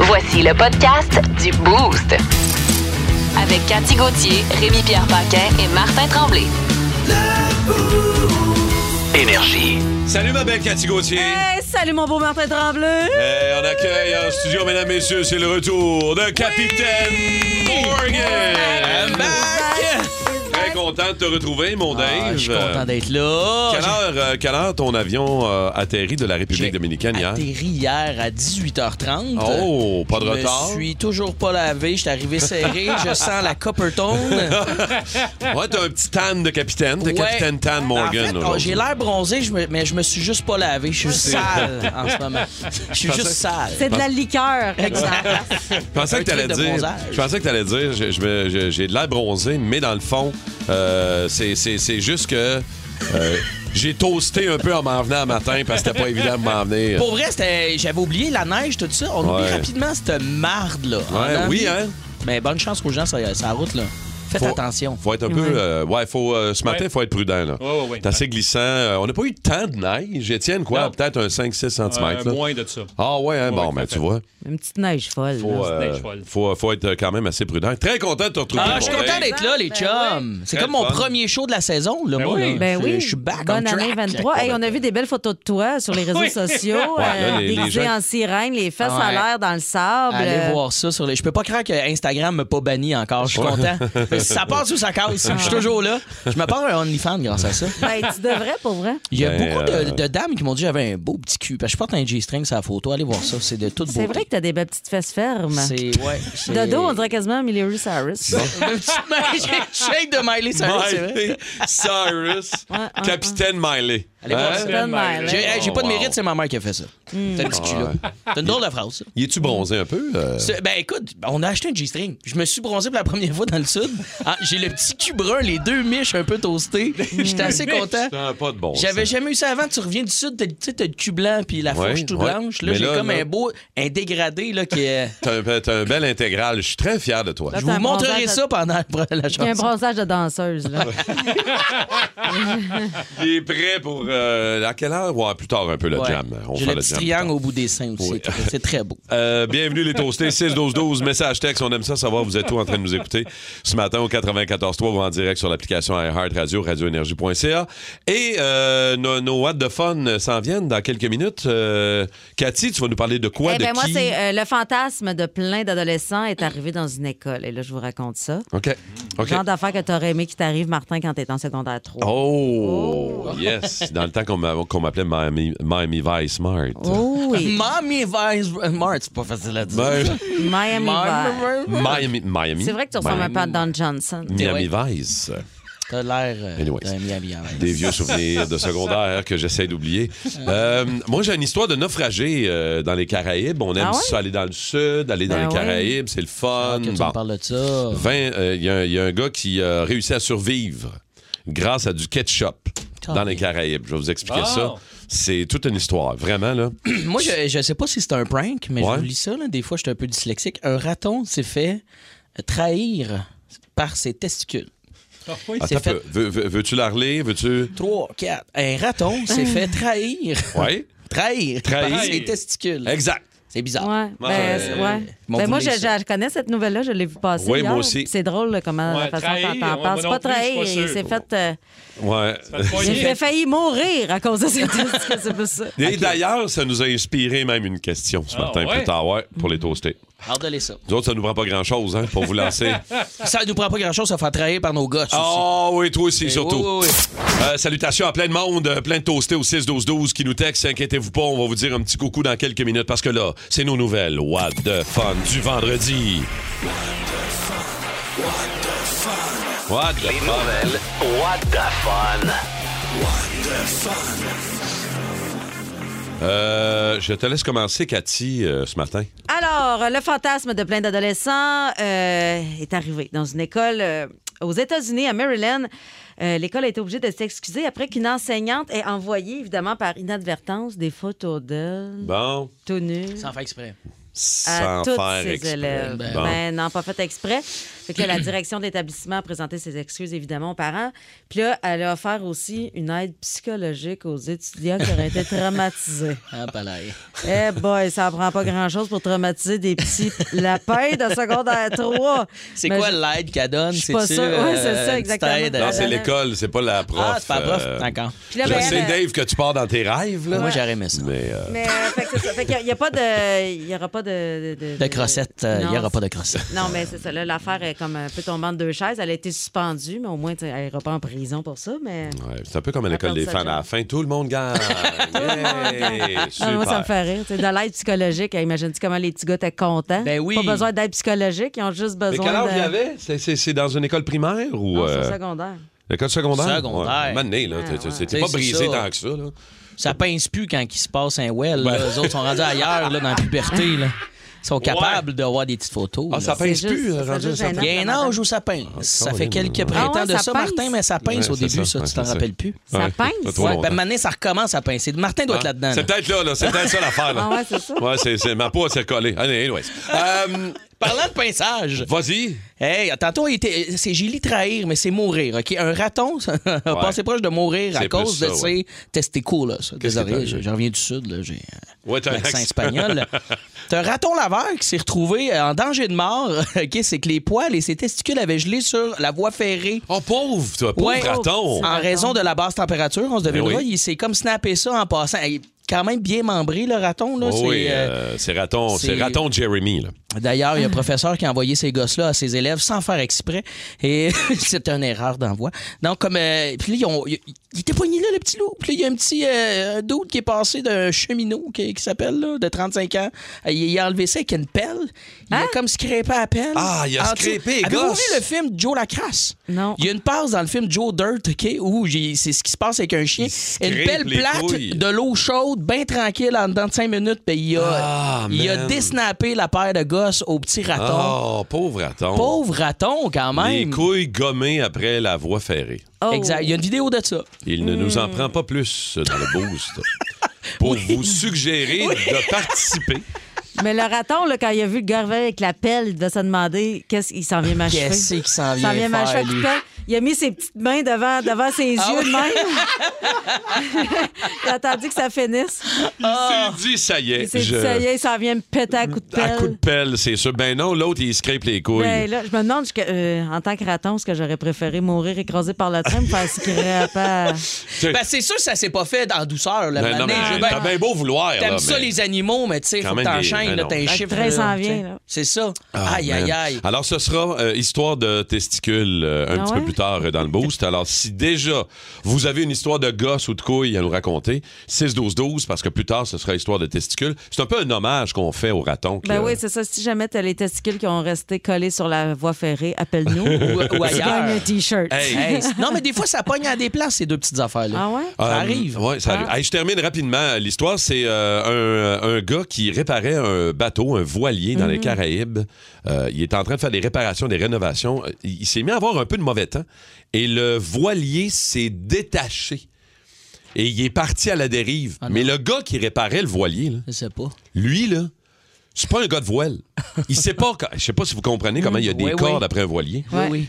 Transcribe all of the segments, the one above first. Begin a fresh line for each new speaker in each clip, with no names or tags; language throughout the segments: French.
Voici le podcast du Boost. Avec Cathy Gauthier, Rémi-Pierre Paquin et Martin Tremblay.
Énergie.
Salut ma belle Cathy Gauthier.
Hey, salut mon beau Martin Tremblay.
Euh, on accueille en studio, mesdames, messieurs, c'est le retour de Capitaine Morgan.
Back.
Back. Très content de te retrouver, mon Dave.
Ah, Je suis content d'être là.
Quelle heure, euh, quelle heure ton avion euh, atterrit de la République
J'ai
dominicaine hier?
atterri hier à 18h30.
Oh, pas de
je
retard.
Je suis toujours pas lavé, je suis arrivé serré, je sens la Coppertone.
Ouais, t'as un petit tan de capitaine, de
Ouais.
capitaine tan
En fait,
Morgan. Ah,
oh,
aujourd'hui.
j'ai l'air bronzé, je me- mais je me suis juste pas lavé, je suis sale en ce moment. Je suis juste sale.
C'est de la liqueur. Exact.
Je pensais
Un
que t'allais
truc de
dire.
bronzage.
Je pensais que t'allais dire. je- je me- je- J'ai de l'air bronzé, mais dans le fond, euh, c'est- c'est c'est juste que euh, j'ai toasté un peu en m'en venant à matin parce que c'était pas évident de m'en venir.
Pour vrai, c'était- j'avais oublié la neige, tout ça. On oublie
Ouais.
rapidement cette marde-là.
Ouais,
On a
oui,
envie-
hein?
Mais bonne chance aux gens sur sur la route, là. Faites attention.
Faut être un peu. euh, ouais, faut. euh, ce matin, faut être prudent, là.
Ouais, ouais, ouais.
C'est assez glissant. Euh, on n'a pas eu tant de neige. Étienne, quoi?
Non.
Peut-être un 5-6 cm.
Euh, moins de ça.
Ah, ouais, hein?
Ouais,
Bon, ben,
tout à
tu
fait.
vois.
Une petite neige folle.
Faut,
là.
euh,
neige folle.
faut, faut être quand même assez prudent. Très content de te retrouver.
Ah, je suis
mon
content
Dave.
d'être là, les
Ben
chums. C'est
Très
comme mon
fun.
premier show de la saison, là,
Ben
moi.
oui.
là.
Ben
Je-
oui.
Je suis back
Bonne
on track.
année 23. Hey, on a vu des belles photos de toi sur les réseaux
Oui.
sociaux.
Ouais, là,
euh,
les- les
déguisé
gens-
en sirène, les fesses
Ouais.
en l'air dans le sable.
Allez
Euh,
voir ça sur les. Je peux pas croire que Instagram m'a pas banni encore. Je suis content. ça passe ou ça casse. Je suis toujours là. Je me parle un OnlyFans grâce à ça.
Ben, tu devrais, pour vrai.
Il y a
Ben,
beaucoup de,
euh,
de dames qui m'ont dit j'avais un beau petit cul. Parce que je porte un G-string sur la photo. Allez voir ça. C'est de toute beauté.
C'est vrai que t'as des belles petites fesses fermes.
C'est ouais. c'est-
De dos, on dirait quasiment Miley Cyrus.
Une petite main- j'ai une shake de Miley Cyrus, c'est vrai.
Miley Cyrus,
ouais,
Capitaine Miley. Hein?
Allez voir ça.
Capitaine Miley.
J'ai hey, j'ai pas de
Oh, wow.
mérite, c'est ma mère qui a fait ça.
Hmm.
T'as le petit cul là. T'as une drôle de phrase. ça.
Y es-tu bronzé un peu? euh?
Ce- Ben écoute, on a acheté un G-string. Je me suis bronzé pour la première fois dans le sud. Ah, J'ai le petit cul brun, les deux miches un peu toastées. J'étais assez content.
Putain, pas de bon.
J'avais
sens.
jamais eu ça avant. Tu reviens du sud, t'as le- tu sais, t'as le cul blanc puis la
Ouais,
fourche toute
ouais.
blanche. Là,
Mais
j'ai
là,
comme
là-
un beau, un dégradé là, qui est.
T'as un, t'as un bel intégral. Je suis très fier de toi.
Là,
Je
t'as
vous
un
montrerai
bronzage
ça pendant la- la
Il y a un
chanson.
bronzage de danseuse. Là.
Il est prêt pour. euh, à quelle heure? Ouais, plus tard un peu le
Ouais.
jam. On
J'ai
fait
le petit
jam plus
triangle
tard.
au bout des seins aussi. C'est très beau.
Euh, bienvenue les toastés, 6-12-12, message texte, on aime ça savoir, vous êtes tous en train de nous écouter ce matin au 94.3 ou en direct sur l'application iHeart Radio, radioénergie.ca. Et euh, nos, nos What the Fun s'en viennent dans quelques minutes. Euh, Cathy, tu vas nous parler de quoi,
Eh
de
ben, moi,
qui?
c'est euh, le fantasme de plein d'adolescents est arrivé dans une école. Et là, je vous raconte ça.
OK, OK.
Genre d'affaires que t'aurais aimé qui t'arrive, Martin, quand t'étais en secondaire 3.
Oh, yes, dans le temps qu'on m'a- qu'on m'appelait Miami, Miami Vice Smart.
Oh oui,
Mommy Vice Mart, c'est pas facile à dire.
Ben,
Miami Vice.
Miami.
Miami, Miami.
C'est vrai que tu ressembles un
Miami-
peu à Don Johnson.
Eh
Miami Vice.
T'as l'air euh,
Anyways.
d'un Miami en
Des vieux souvenirs de secondaire que j'essaie d'oublier. Euh, moi, j'ai une histoire de naufragé euh, dans les Caraïbes. On aime
Ah ouais?
ça aller dans le sud, aller dans
Ben
les
ouais.
Caraïbes, c'est le fun.
Que tu
Bon.
me parles de ça.
Vingt, euh, Il y a un- il y, a un gars qui a réussi à survivre grâce à du ketchup dans les Caraïbes. Je vais vous expliquer
Ah.
Wow.
ça. C'est toute une histoire, vraiment. là.
Moi, je, je sais pas si c'est un prank, mais
Ouais.
je vous lis ça. Là. Des fois, je suis un peu dyslexique. Un raton s'est fait euh, trahir par ses testicules.
Attends
c'est
un peu. Ah, Veux- veux- Veux-tu larler? Veux-tu...
3, 4. Un raton s'est fait
Ah.
trahir.
Oui,
Trahir.
Trahir.
Par ses testicules.
exact.
C'est bizarre.
Ouais. Ben,
euh,
c'est- ouais.
m'ont
Ben, moi, je,
voulu ça.
je connais cette nouvelle-là, je l'ai vue passer.
Oui,
hier.
moi aussi.
C'est drôle, là, comment
Ouais,
la façon
trahir,
dont t'en
ouais,
parles.
moi
C'est
non
pas
plus, je suis
trahir,
pas sûr.
il s'est fait. euh,
Ouais.
il a failli mourir à cause de cette histoire, c'est plus ça.
Et d'ailleurs, ça nous a inspiré même une question ce
Ah
matin,
ouais?
plus tard, ouais, pour les toastés.
Pardonnez ça.
Nous autres, ça nous prend pas grand-chose hein, pour vous lancer.
Ça nous prend pas grand-chose à faire trahir par nos gosses. aussi.
Ah oui, toi aussi,
Et
surtout.
Eh oui, oui, oui.
Euh, salutations à plein de monde, euh, plein de toastés au 6-12-12 qui nous textent. Inquiétez-vous pas, on va vous dire un petit coucou dans quelques minutes parce que là, c'est nos nouvelles. What the fun du vendredi. What the
Les
fun.
nouvelles. What the fun.
Euh, je te laisse commencer, Cathy, euh, ce matin.
Alors, le fantasme de plein d'adolescents euh, est arrivé dans une école euh, aux États-Unis, à Maryland. Euh, L'école a été obligée de s'excuser après qu'une enseignante ait envoyé, évidemment par inadvertance, des photos d'elle
Bon.
tout nue
Sans faire exprès.
sans
à tous
faire
ses
exprès.
élèves.
Bon.
Ben, non, pas fait exprès. Fait que là, la direction d'établissement a présenté ses excuses, évidemment, aux parents. Puis là, elle a offert aussi une aide psychologique aux étudiants qui auraient été traumatisés.
Ah, pas l'air.
Eh boy, ça en prend pas grand-chose pour traumatiser des petits lapins de secondaire 3.
C'est
Oh, Mais
quoi
je-
l'aide qu'elle donne?
suis pas
C'est-tu,
sûre.
euh,
Ouais, c'est ça,
une petite
exactement.
aide à-
Non, c'est
Euh,
l'école, c'est pas la prof.
Ah, c'est pas prof.
euh,
D'accord.
Puis là,
je
ben,
sais,
elle,
Dave, que tu pars dans tes rêves, là.
Moi, j'aurais aimé ça.
Mais, euh,
Mais euh, fait que c'est ça. Fait qu'il y a- il y a pas de il y aura pas de de,
De crossette, euh, il
Non,
n'y aura pas de crossette.
Non, mais c'est ça. Là, l'affaire est comme un peu tombante de deux chaises. Elle a été suspendue, mais au moins, tu sais, elle n'ira pas en prison pour ça. Mais
ouais, c'est un peu comme à l'école
Apprendre
des
sa
fans.
job.
À la fin, tout le monde gagne.
Non,
Hey,
Ah, moi, ça me
super.
fait rire. tu sais, de l'aide psychologique, elle, imagine-tu comment les petits gars étaient contents?
Ben oui.
Pas besoin d'aide psychologique, ils ont juste
Mais
besoin
quel âge
de...
il y avait? C'est- C'est c'est dans une école primaire ou.
Non, c'est au
euh,
secondaire.
L'école secondaire?
Secondaire.
Ouais, à un moment donné, là, t'es-
Ouais,
t'es-
ouais.
t'es pas
C'est
brisé
ça.
tant que ça, là.
Ça pince plus quand il se passe un well. là.
Ben-
Eux autres sont rendus ailleurs, là, dans la puberté. Là. Ils sont capables d'avoir des petites photos.
Ah,
là.
ça
C'est
pince
juste-
plus,
c'est
rendu
juste
à un
gênant.
Il y a un âge où ça pince. ça fait quelques printemps
Ah ouais,
de
ça
ça,
pince.
Martin, mais ça pince
Ouais,
au
c'est
début, ça,
ouais,
tu t'en
c'est
rappelles plus.
Ça
Ouais,
pince?
pas trop
Ouais,
longtemps. Ah.
ben maintenant, ça recommence à pincer. Martin doit être là-dedans.
C'est
là.
peut-être là, là. C'est peut-être ça l'affaire, là.
Ah ouais, c'est ça. Ah.
Ouais, c'est, c'est- ma peau, elle s'est collée. Allez, anyways. Euh,
Parlant de pinçage,
vas-y.
hey, tantôt, il était- c'est Gilly trahir, mais c'est mourir. OK? Un raton a passé proche de mourir à
C'est
cause
plus
de
ça,
ses testicoules. là,
Qu'est-ce qui
ça.
est
Désolé,
arrivé?
je- j'en reviens du Sud. là, J'ai euh,
Ouais, t'as un
l'accent
accent.
espagnol. T'as un raton laveur qui s'est retrouvé euh, en danger de mort. OK? C'est que les poils et ses testicules avaient gelé sur la voie ferrée
Oh, pauvre, toi, pauvre
Ouais. oh.
raton.
Ah,
En raison de la basse température, on se devinera,
Ben Oh. oui.
il s'est comme snappé ça en passant. Il est quand même bien membré, le raton. Là,
Oh
C'est,
oui,
euh,
euh, c'est raton, c'est
c'est-
raton Jeremy, là.
D'ailleurs, il y a un professeur qui a envoyé ces gosses-là à ses élèves sans faire exprès. Et c'est une erreur d'envoi. Donc, comme. euh, puis là, ils ont- ils- il était poigné là, le petit loup. Puis là, il y a un petit euh, un dude qui est passé d'un cheminot qui, qui s'appelle, là, de 35 ans. Euh, Il, il a enlevé ça avec une pelle. Il a comme scrépé à la pelle.
Ah, il a
En dessous-
scrépé,
Avez-vous
gosse!
vu le film Joe Lacrasse?
Non.
Il y a une passe dans le film Joe Dirt, OK, où j'ai- c'est ce qui se passe avec un chien.
Il
Une
scrape
pelle
les
plate,
couilles.
de l'eau chaude, bien tranquille, en dedans de 5 minutes. Puis il a,
Ah,
il a
man.
dessiné snapper la paire de gosses au petit raton.
Oh, pauvre raton.
Pauvre raton, quand
Les
même.
couilles gommées après la voie ferrée.
Oh.
Exact. Il y a une vidéo de ça.
Il ne nous
Hmm.
en prend pas plus dans le boost pour vous suggérer de participer.
Mais le raton, là, quand il a vu le gars arriver avec la pelle, il devait se demander qu'est-ce qu'il s'en vient m'achever.
Qu'est-ce qu'il s'en
Il s'en
vient
vient m'achever
faire,
avec
lui?
la pelle. Il a mis ses petites mains devant, devant ses yeux de même. il a attendu que ça finisse.
Il s'est dit, ça y est.
Ah. Il s'est dit,
je-
ça y est, il s'en vient me péter à coup de
À coup de
pelle.
pelle, c'est sûr. Ben non, l'autre, il scrape les couilles.
Ben, là, je me demande, jusqu'à- euh, en tant que raton, ce que j'aurais préféré mourir écrasé par le train, me faire scraper. à-
Tu-
Ben, c'est sûr que ça s'est pas fait en douceur. Là,
Ben non,
mané.
mais
Je veux
t'as
bien-
bien beau vouloir.
T'aimes
là,
ça,
mais-
les animaux, mais tu sais,
Quand
faut que
même des-
t'enchaînes,
ben
là,
non.
t'as un
Le
chiffre.
train
là,
s'en
tu
vient,
sais.
là.
C'est ça.
Ah,
aïe,
man.
aïe, aïe.
Alors, ce sera euh, histoire de testicules euh, un
Ah
petit
ouais?
peu plus tard euh, dans le boost. Alors, si déjà vous avez une histoire de gosse ou de couille à nous raconter, 6-12-12, parce que plus tard, ce sera histoire de testicules. C'est un peu un hommage qu'on fait aux ratons. que-
Ben oui, c'est ça. Si jamais t'as les testicules qui ont resté collés sur la voie ferrée, appelle-nous.
Ou- ou
Tu gagnes un
ailleurs.
T-shirt.
Hey.
Hey, c'est- non, mais des fois, ça pogne à des places, ces deux petites affaires-là.
Ah ouais?
Ça
Euh,
arrive. Ah.
ouais, ça arrive. Hey, je termine rapidement. L'histoire, c'est euh, un, un gars qui réparait un bateau, un voilier dans
Mhm.
les Caraïbes. Euh, il est en train de faire des réparations, des rénovations. Euh, Il, il s'est mis à avoir un peu de mauvais temps et le voilier s'est détaché. Et il est parti à la dérive.
Ah non.
Mais le gars qui réparait le voilier, là,
Je sais pas.
lui, là, c'est pas un gars de voile. Il sait pas. quand- Je sais pas si vous comprenez comment il y a des
Mm. Oui, oui.
cordes après un voilier.
Ouais.
Oui,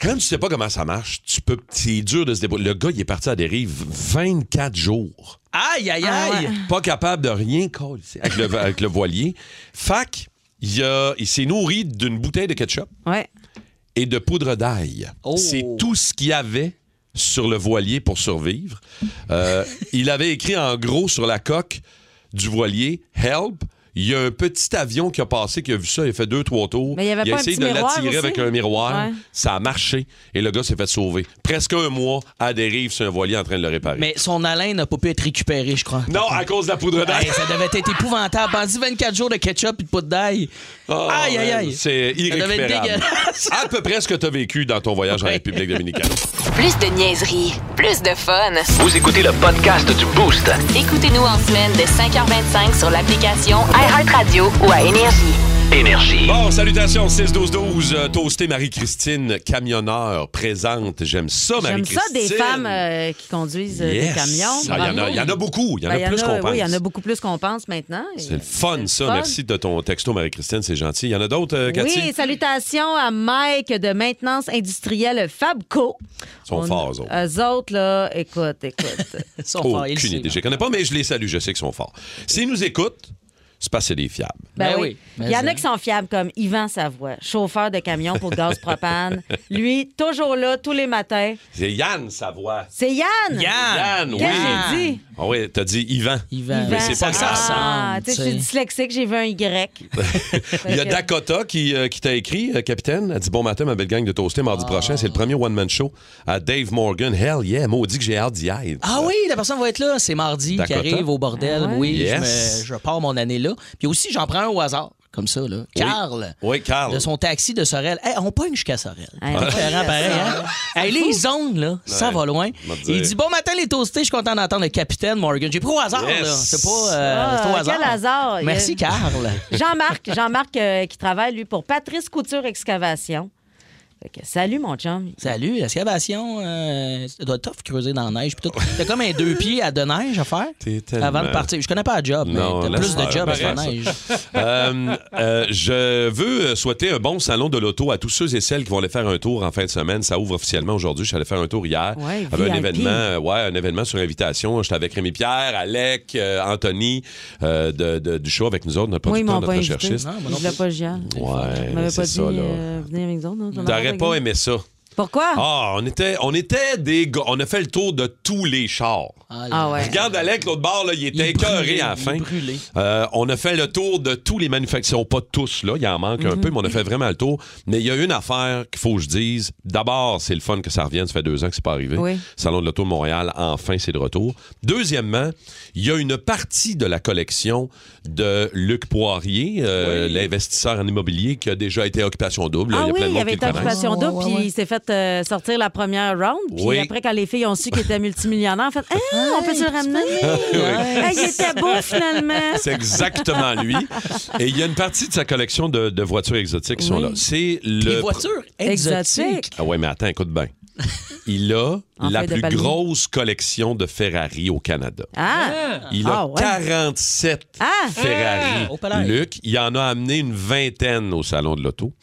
Quand tu sais pas comment ça marche, tu peux. C'est dur de se débrouiller. Le gars, il est parti à la dérive 24 jours
Aïe, aïe,
Ah ouais.
aïe.
pas capable de rien coller avec le, avec le voilier. Fac, il, a- il s'est nourri d'une bouteille de ketchup
Ouais.
et de poudre d'ail.
Oh.
C'est tout ce qu'il y avait sur le voilier pour survivre. Euh, il avait écrit en gros sur la coque du voilier Help. Il y a un petit avion qui a passé, qui a vu ça, il a fait deux, trois tours.
Mais il y avait
a
pas un
essayé
petit
de
miroir
l'attirer
aussi?
avec un miroir.
Ouais.
Ça a marché et le gars s'est fait sauver. Presque un mois à dérive sur un voilier en train de le réparer.
Mais son haleine n'a pas pu être récupérée, je crois.
Non, à cause de la poudre d'ail.
Hey, ça devait être épouvantable. Bandit 24 jours de ketchup et de poudre d'ail.
Oh,
aïe, aïe,
man,
aïe.
C'est
Ça devait être
irrécupérable.
dégueulasse.
À peu près ce que tu as vécu dans ton voyage en
Ouais.
République dominicaine.
Plus de niaiserie, plus de fun.
Vous écoutez le podcast du Boost.
Écoutez-nous en semaine de 5h25 sur l'application iHeartRadio ou à Énergie.
Énergie.
Bon, salutations 6-12-12. euh, toastée Marie-Christine, camionneur, présente. J'aime ça,
J'aime
Marie-Christine.
ça, des femmes euh, qui conduisent euh,
Yes.
des camions.
Ah, Il y en a- il y, en a beaucoup. Il y en
Ben,
a plus qu'on pense.
Oui, il y en a beaucoup plus qu'on pense maintenant. Et-
C'est le fun, ça.
fun.
Merci de ton texto, Marie-Christine. C'est gentil. Il y en a d'autres, euh, Cathy?
Oui, salutations à Mike de maintenance industrielle Fabco.
Ils sont forts, eux autres.
Eux autres, là, écoute, écoute.
Ils sont forts, ils le
Aucune
savent.
idée. Je les connais pas, mais je les salue. Je sais qu'ils sont forts. S'ils nous écoutent, c'est parce que c'est des fiables.
Ben
Ben
oui,
oui.
mais
Il y en
ça.
a qui sont fiables, comme Yvan Savoie, chauffeur de camion pour gaz propane. Lui, toujours là, tous les matins.
C'est Yann Savoie.
C'est Yann!
Yann!
Yann, oui.
Qu'est-ce que j'ai dit?
Ah oui, t'as dit Yvan.
Yvan.
Mais c'est pas
ça
grave.
Ah,
ressemble.
tu sais,
tu
je suis
sais.
dyslexique, j'ai vu un Y.
Il y a Dakota qui, euh, qui t'a écrit, euh, capitaine. Elle dit Bon matin, ma belle gang de toasté,
Ah.
mardi prochain. C'est le premier one-man show à Dave Morgan. Hell yeah, maudit que j'ai hâte d'y être.
Ah oui, la personne va être là. C'est mardi qui
Dakota.
arrive au bordel.
Ah ouais?
Oui,
Yes.
je, me- je pars mon année là. Puis aussi, j'en prends un au hasard, comme ça. Là. Carl.
Oui, Carl.
De son taxi de Sorel. Hey, on pogne jusqu'à Sorel.
Hey,
C'est différent
on pogne
pareil,
jusqu'à
hein? Hey, les zones, là, ça
Ouais.
va loin.
Va te dire.
Il dit Bon matin, les toastés, je suis content d'entendre le capitaine Morgan. J'ai pris au hasard,
Yes.
là. C'est pas, euh,
Ah,
c'est au
quel
hasard.
hasard. Il y a-
Merci, Carl.
Jean-Marc, Jean-Marc euh, qui travaille, lui, pour Patrice Couture Excavation. Fait que, salut, mon chum.
Salut, l'excavation, euh, ça doit être tough creuser dans la neige. puis tout. T'as comme un deux pieds à de neige à faire
T'es tellement-
avant de partir. Je connais pas la job,
Non,
mais t'as
laisse
plus de
faire,
job à
laisse
faire
faire ça.
neige.
Euh, euh, je veux euh, souhaiter un bon salon de l'auto à tous ceux et celles qui vont aller faire un tour en fin de semaine. Ça ouvre officiellement aujourd'hui. Je suis allé faire un tour hier.
Ouais,
J'avais un
VIP.
événement, euh, ouais, un événement sur invitation. J'étais avec Rémi Pierre, Alec, euh, Anthony euh, de- de- du show avec nous autres, notre
Moi, ils
producteur,
m'ont pas
notre
invité.
recherchiste.
Non, moi non
Je l'ai pas Jean.
Ouais,
m'avait
c'est
pas dit
ça, là.
euh, venir avec nous autres, non? Ça m'a
T'aurais pas aimé ça.
Pourquoi?
Ah, on était, on était des gars. On a fait le tour de tous les chars.
là.
Ah ouais.
Regarde Alec, l'autre bord, là, il
Il
était
est brûlé,
écœuré à la
il est
fin.
brûlé.
Euh, on a fait le tour de tous les manufacturiers. Pas tous, là. Il en manque
Mhm.
un peu, mais on a fait vraiment le tour. Mais il y a une affaire qu'il faut que je dise. D'abord, c'est le fun que ça revienne. Ça fait deux ans que c'est pas arrivé.
Oui.
Salon de l'Auto de Montréal, enfin, c'est de retour. Deuxièmement, il y a une partie de la collection de Luc Poirier, euh, l'investisseur en immobilier qui a déjà été à Occupation Double.
Ah
il y a
oui,
plein de
il y
monde
avait
qui
été
le connaissent.
occupation
Ouais,
double,
ouais,
puis
ouais.
il s'est fait euh, sortir la première round. Puis
Oui.
après, quand les filles ont su qu'il était multimillionnaire, en fait, Ah, on peut se le ramener. Ah, il était beau finalement.
C'est exactement lui. Et il y a une partie de sa collection de, de voitures exotiques qui sont là. C'est le.
Les voitures exotiques.
Exotique.
Ah ouais, mais attends, écoute bien. Il a
En
la
feuille de
plus
palmier.
grosse collection de Ferrari au Canada.
Ah!
Il a
Ah ouais.
47
Ah!
Ferrari.
Ah! Oh, palais.
Luc, il en a amené une vingtaine au salon de l'auto.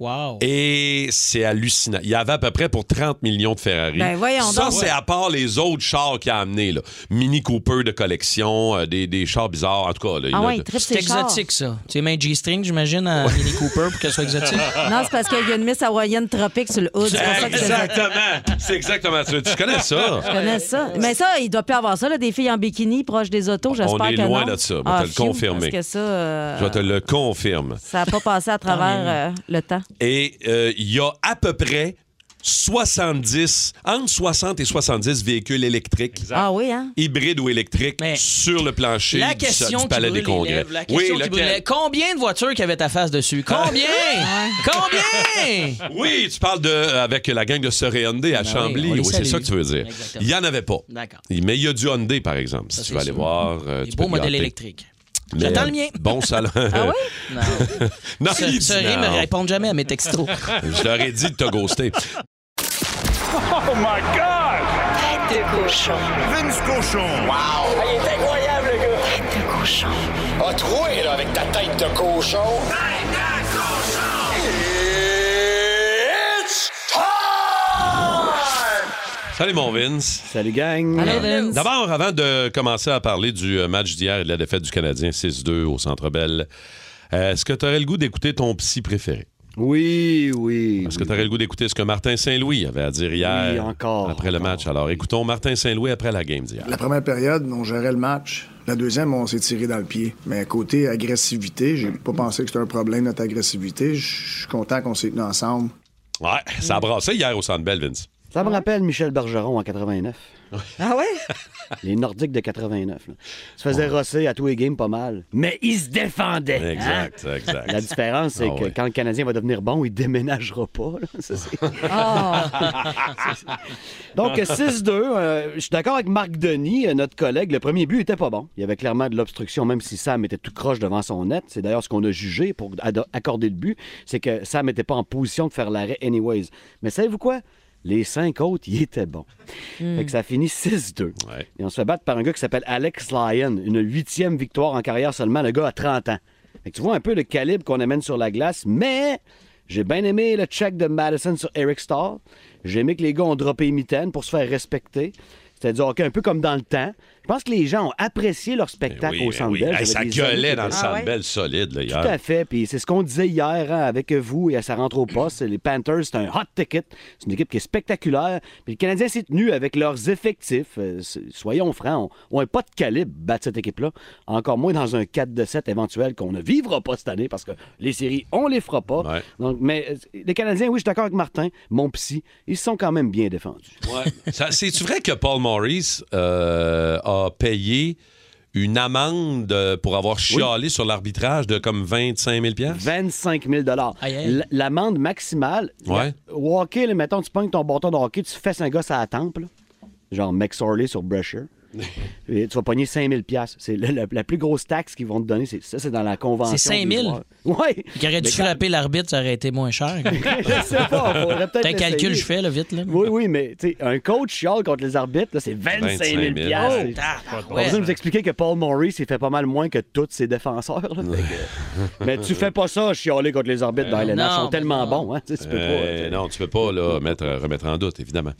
Wow.
Et c'est hallucinant. Il y avait à peu près pour 30 millions de Ferrari.
Ben, voyons
Ça,
donc.
c'est à part les autres chars qu'il a amenés. là. Mini Cooper de collection, euh, des, des chars bizarres, en tout cas. là, il
Ah
en a
ouais,
de-
il tripe
C'est
ses chars.
exotique, ça. Tu sais, main G-string, j'imagine, à Mini Cooper pour qu'elle soit exotique.
Non, c'est parce qu'il y a une Miss Hawaïenne tropique sur le hood. C'est pour ça que c'est-
Exactement. C'est exactement ça. Tu connais ça?
je connais ça. Mais ça, il doit plus avoir ça, là, des filles en bikini proches des autos, j'espère
est
que
loin
non.
de ça, on va
Ah,
te le
phew,
confirmer.
Parce que ça, euh,
Je te le confirme.
ça n'a pas passé à travers
Ah,
euh, le temps.
Et euh, il y a à peu près 70, entre 60 et 70 véhicules électriques.
Ah oui, hein?
Hybrides ou électriques
Mais
sur le plancher
La
du-
question
du,
qui
Palais
brûle
des
les
Congrès.
lèvres, la question qui
lequel? Ah.
brûle les- Combien de voitures qui avaient ta face dessus? Combien? Combien?
Oui, tu parles de euh, avec la gang de Soréondé à
Ben oui,
Chambly.
on les
Oui, c'est
salue.
ça que tu veux dire.
Exactement.
Il n'y en avait pas.
D'accord.
Mais il y a du Hyundai, par exemple. Si
Ça,
tu
c'est
veux aller
sûr.
voir. euh,
Des
tu
beaux
peux te
modèles
gâter.
électriques.
Mais,
J'attends
euh,
le mien.
Bon salon. Ah
Non.
Non,
Ce,
il dit
ce rire
non.
me répond jamais à mes textos.
Je leur ai dit de te ghoster.
Tête de cochon.
Vince Cochon.
Ah, il est incroyable, le gars!
Tête de cochon.
A troué, là, avec ta tête de cochon. Tête de cochon! It's time!
Salut, mon Vince.
Salut gang.
Hein?
Allô, Vince?
D'abord, avant de commencer à parler du euh, match d'hier et de la défaite du Canadien 6-2 au Centre Bell, euh, est-ce que tu aurais le goût d'écouter ton psy préféré?
Oui, oui.
Est-ce que
oui.
tu aurais le goût d'écouter ce que Martin Saint-Louis avait à dire hier
Oui, encore,
après le
encore.
match? Alors, écoutons Martin Saint-Louis après la game d'hier.
La première période, on gérait le match. La deuxième, on s'est tiré dans le pied. Mais côté agressivité, j'ai pas pensé que c'était un problème, notre agressivité. Je suis content qu'on s'est tenus ensemble.
Ah Ouais, ça a brassé hier au Centre Bell, Vince.
Ça me rappelle Michel Bergeron en 89.
Ah ouais?
Les Nordiques de 89. là. Se faisait rosser à tous les games pas mal. Mais il se défendait. hein?
Exact, exact.
La différence, c'est
Ah
que
ouais.
quand le Canadien va devenir bon, il déménagera pas. là. Ça, c'est-
Ah!
Donc, 6-2, euh, je suis d'accord avec Marc Denis, euh, notre collègue. Le premier but était pas bon. Il y avait clairement de l'obstruction, même si Sam était tout croche devant son net. C'est d'ailleurs ce qu'on a jugé pour ad- accorder le but. C'est que Sam n'était pas en position de faire l'arrêt anyways. Mais savez-vous quoi? Les cinq autres, ils étaient bons. Fait que ça finit 6-2.
Ouais.
Et on se fait battre par un gars qui s'appelle Alex Lyon. Une huitième victoire en carrière seulement. Le gars a 30 ans. Fait que tu vois un peu le calibre qu'on amène sur la glace, mais j'ai bien aimé le check de Madison sur Eric Starr. J'ai aimé que les gars ont droppé les mitaines pour se faire respecter. C'est-à-dire un peu comme dans le temps. Je pense que les gens ont apprécié leur spectacle
Oui,
au
ben
Centre
oui.
Bell.
Hey,
J'avais
ça
des amis qui
gueulait dans
étaient-
le
Ah ouais?
Centre Bell solide, là,
tout à
hier.
fait. Puis c'est ce qu'on disait hier hein, avec vous et à sa rentre au poste. Les Panthers, c'est un hot ticket. C'est une équipe qui est spectaculaire. Puis le Canadien s'est tenu avec leurs effectifs. Euh, c'est- soyons francs, on n'a pas de calibre battre cette équipe-là. Encore moins dans un 4 de 7 éventuel qu'on ne vivra pas cette année parce que les séries, on les fera pas.
Ouais.
Donc, mais euh, les Canadiens, oui, je suis d'accord avec Martin, mon psy, ils se sont quand même bien défendus.
Ouais. Ça- C'est-tu vrai que Paul Maurice euh, a payé une amende euh, pour avoir chialé sur l'arbitrage de comme 25 000
25 000
Aïe, aïe.
L- L'amende maximale.
Ouais.
la- Au hockey, là, mettons, tu pognes ton bâton de hockey, tu fesses un gosse à la temple, là. genre McSorley sur Brusher. Et tu vas pogner 5 000 C'est le- la, la plus grosse taxe qu'ils vont te donner. C'est, ça, c'est dans la convention.
C'est 5 000?
Oui.
Il aurait dû frapper l'arbitre, ça aurait été moins cher.
je sais pas. faudrait peut-être
T'as un calcul,
l'essayer.
je fais, là, vite. Là.
Oui, oui, mais tu sais, un coach chiale contre les arbitres, là, c'est 25 000
25
C'est-
Ah,
On va
ouais.
besoin de vous expliquer que Paul Maurice, il fait pas mal moins que tous ses défenseurs. là. Fait que- mais tu fais pas ça, chialer contre les orbites dans la LNH. Ils
Euh, non,
sont
mais
tellement
non.
bons. Hein? Tu sais, tu peux
Euh,
pas.
non, tu peux pas là, mettre, remettre en doute, évidemment.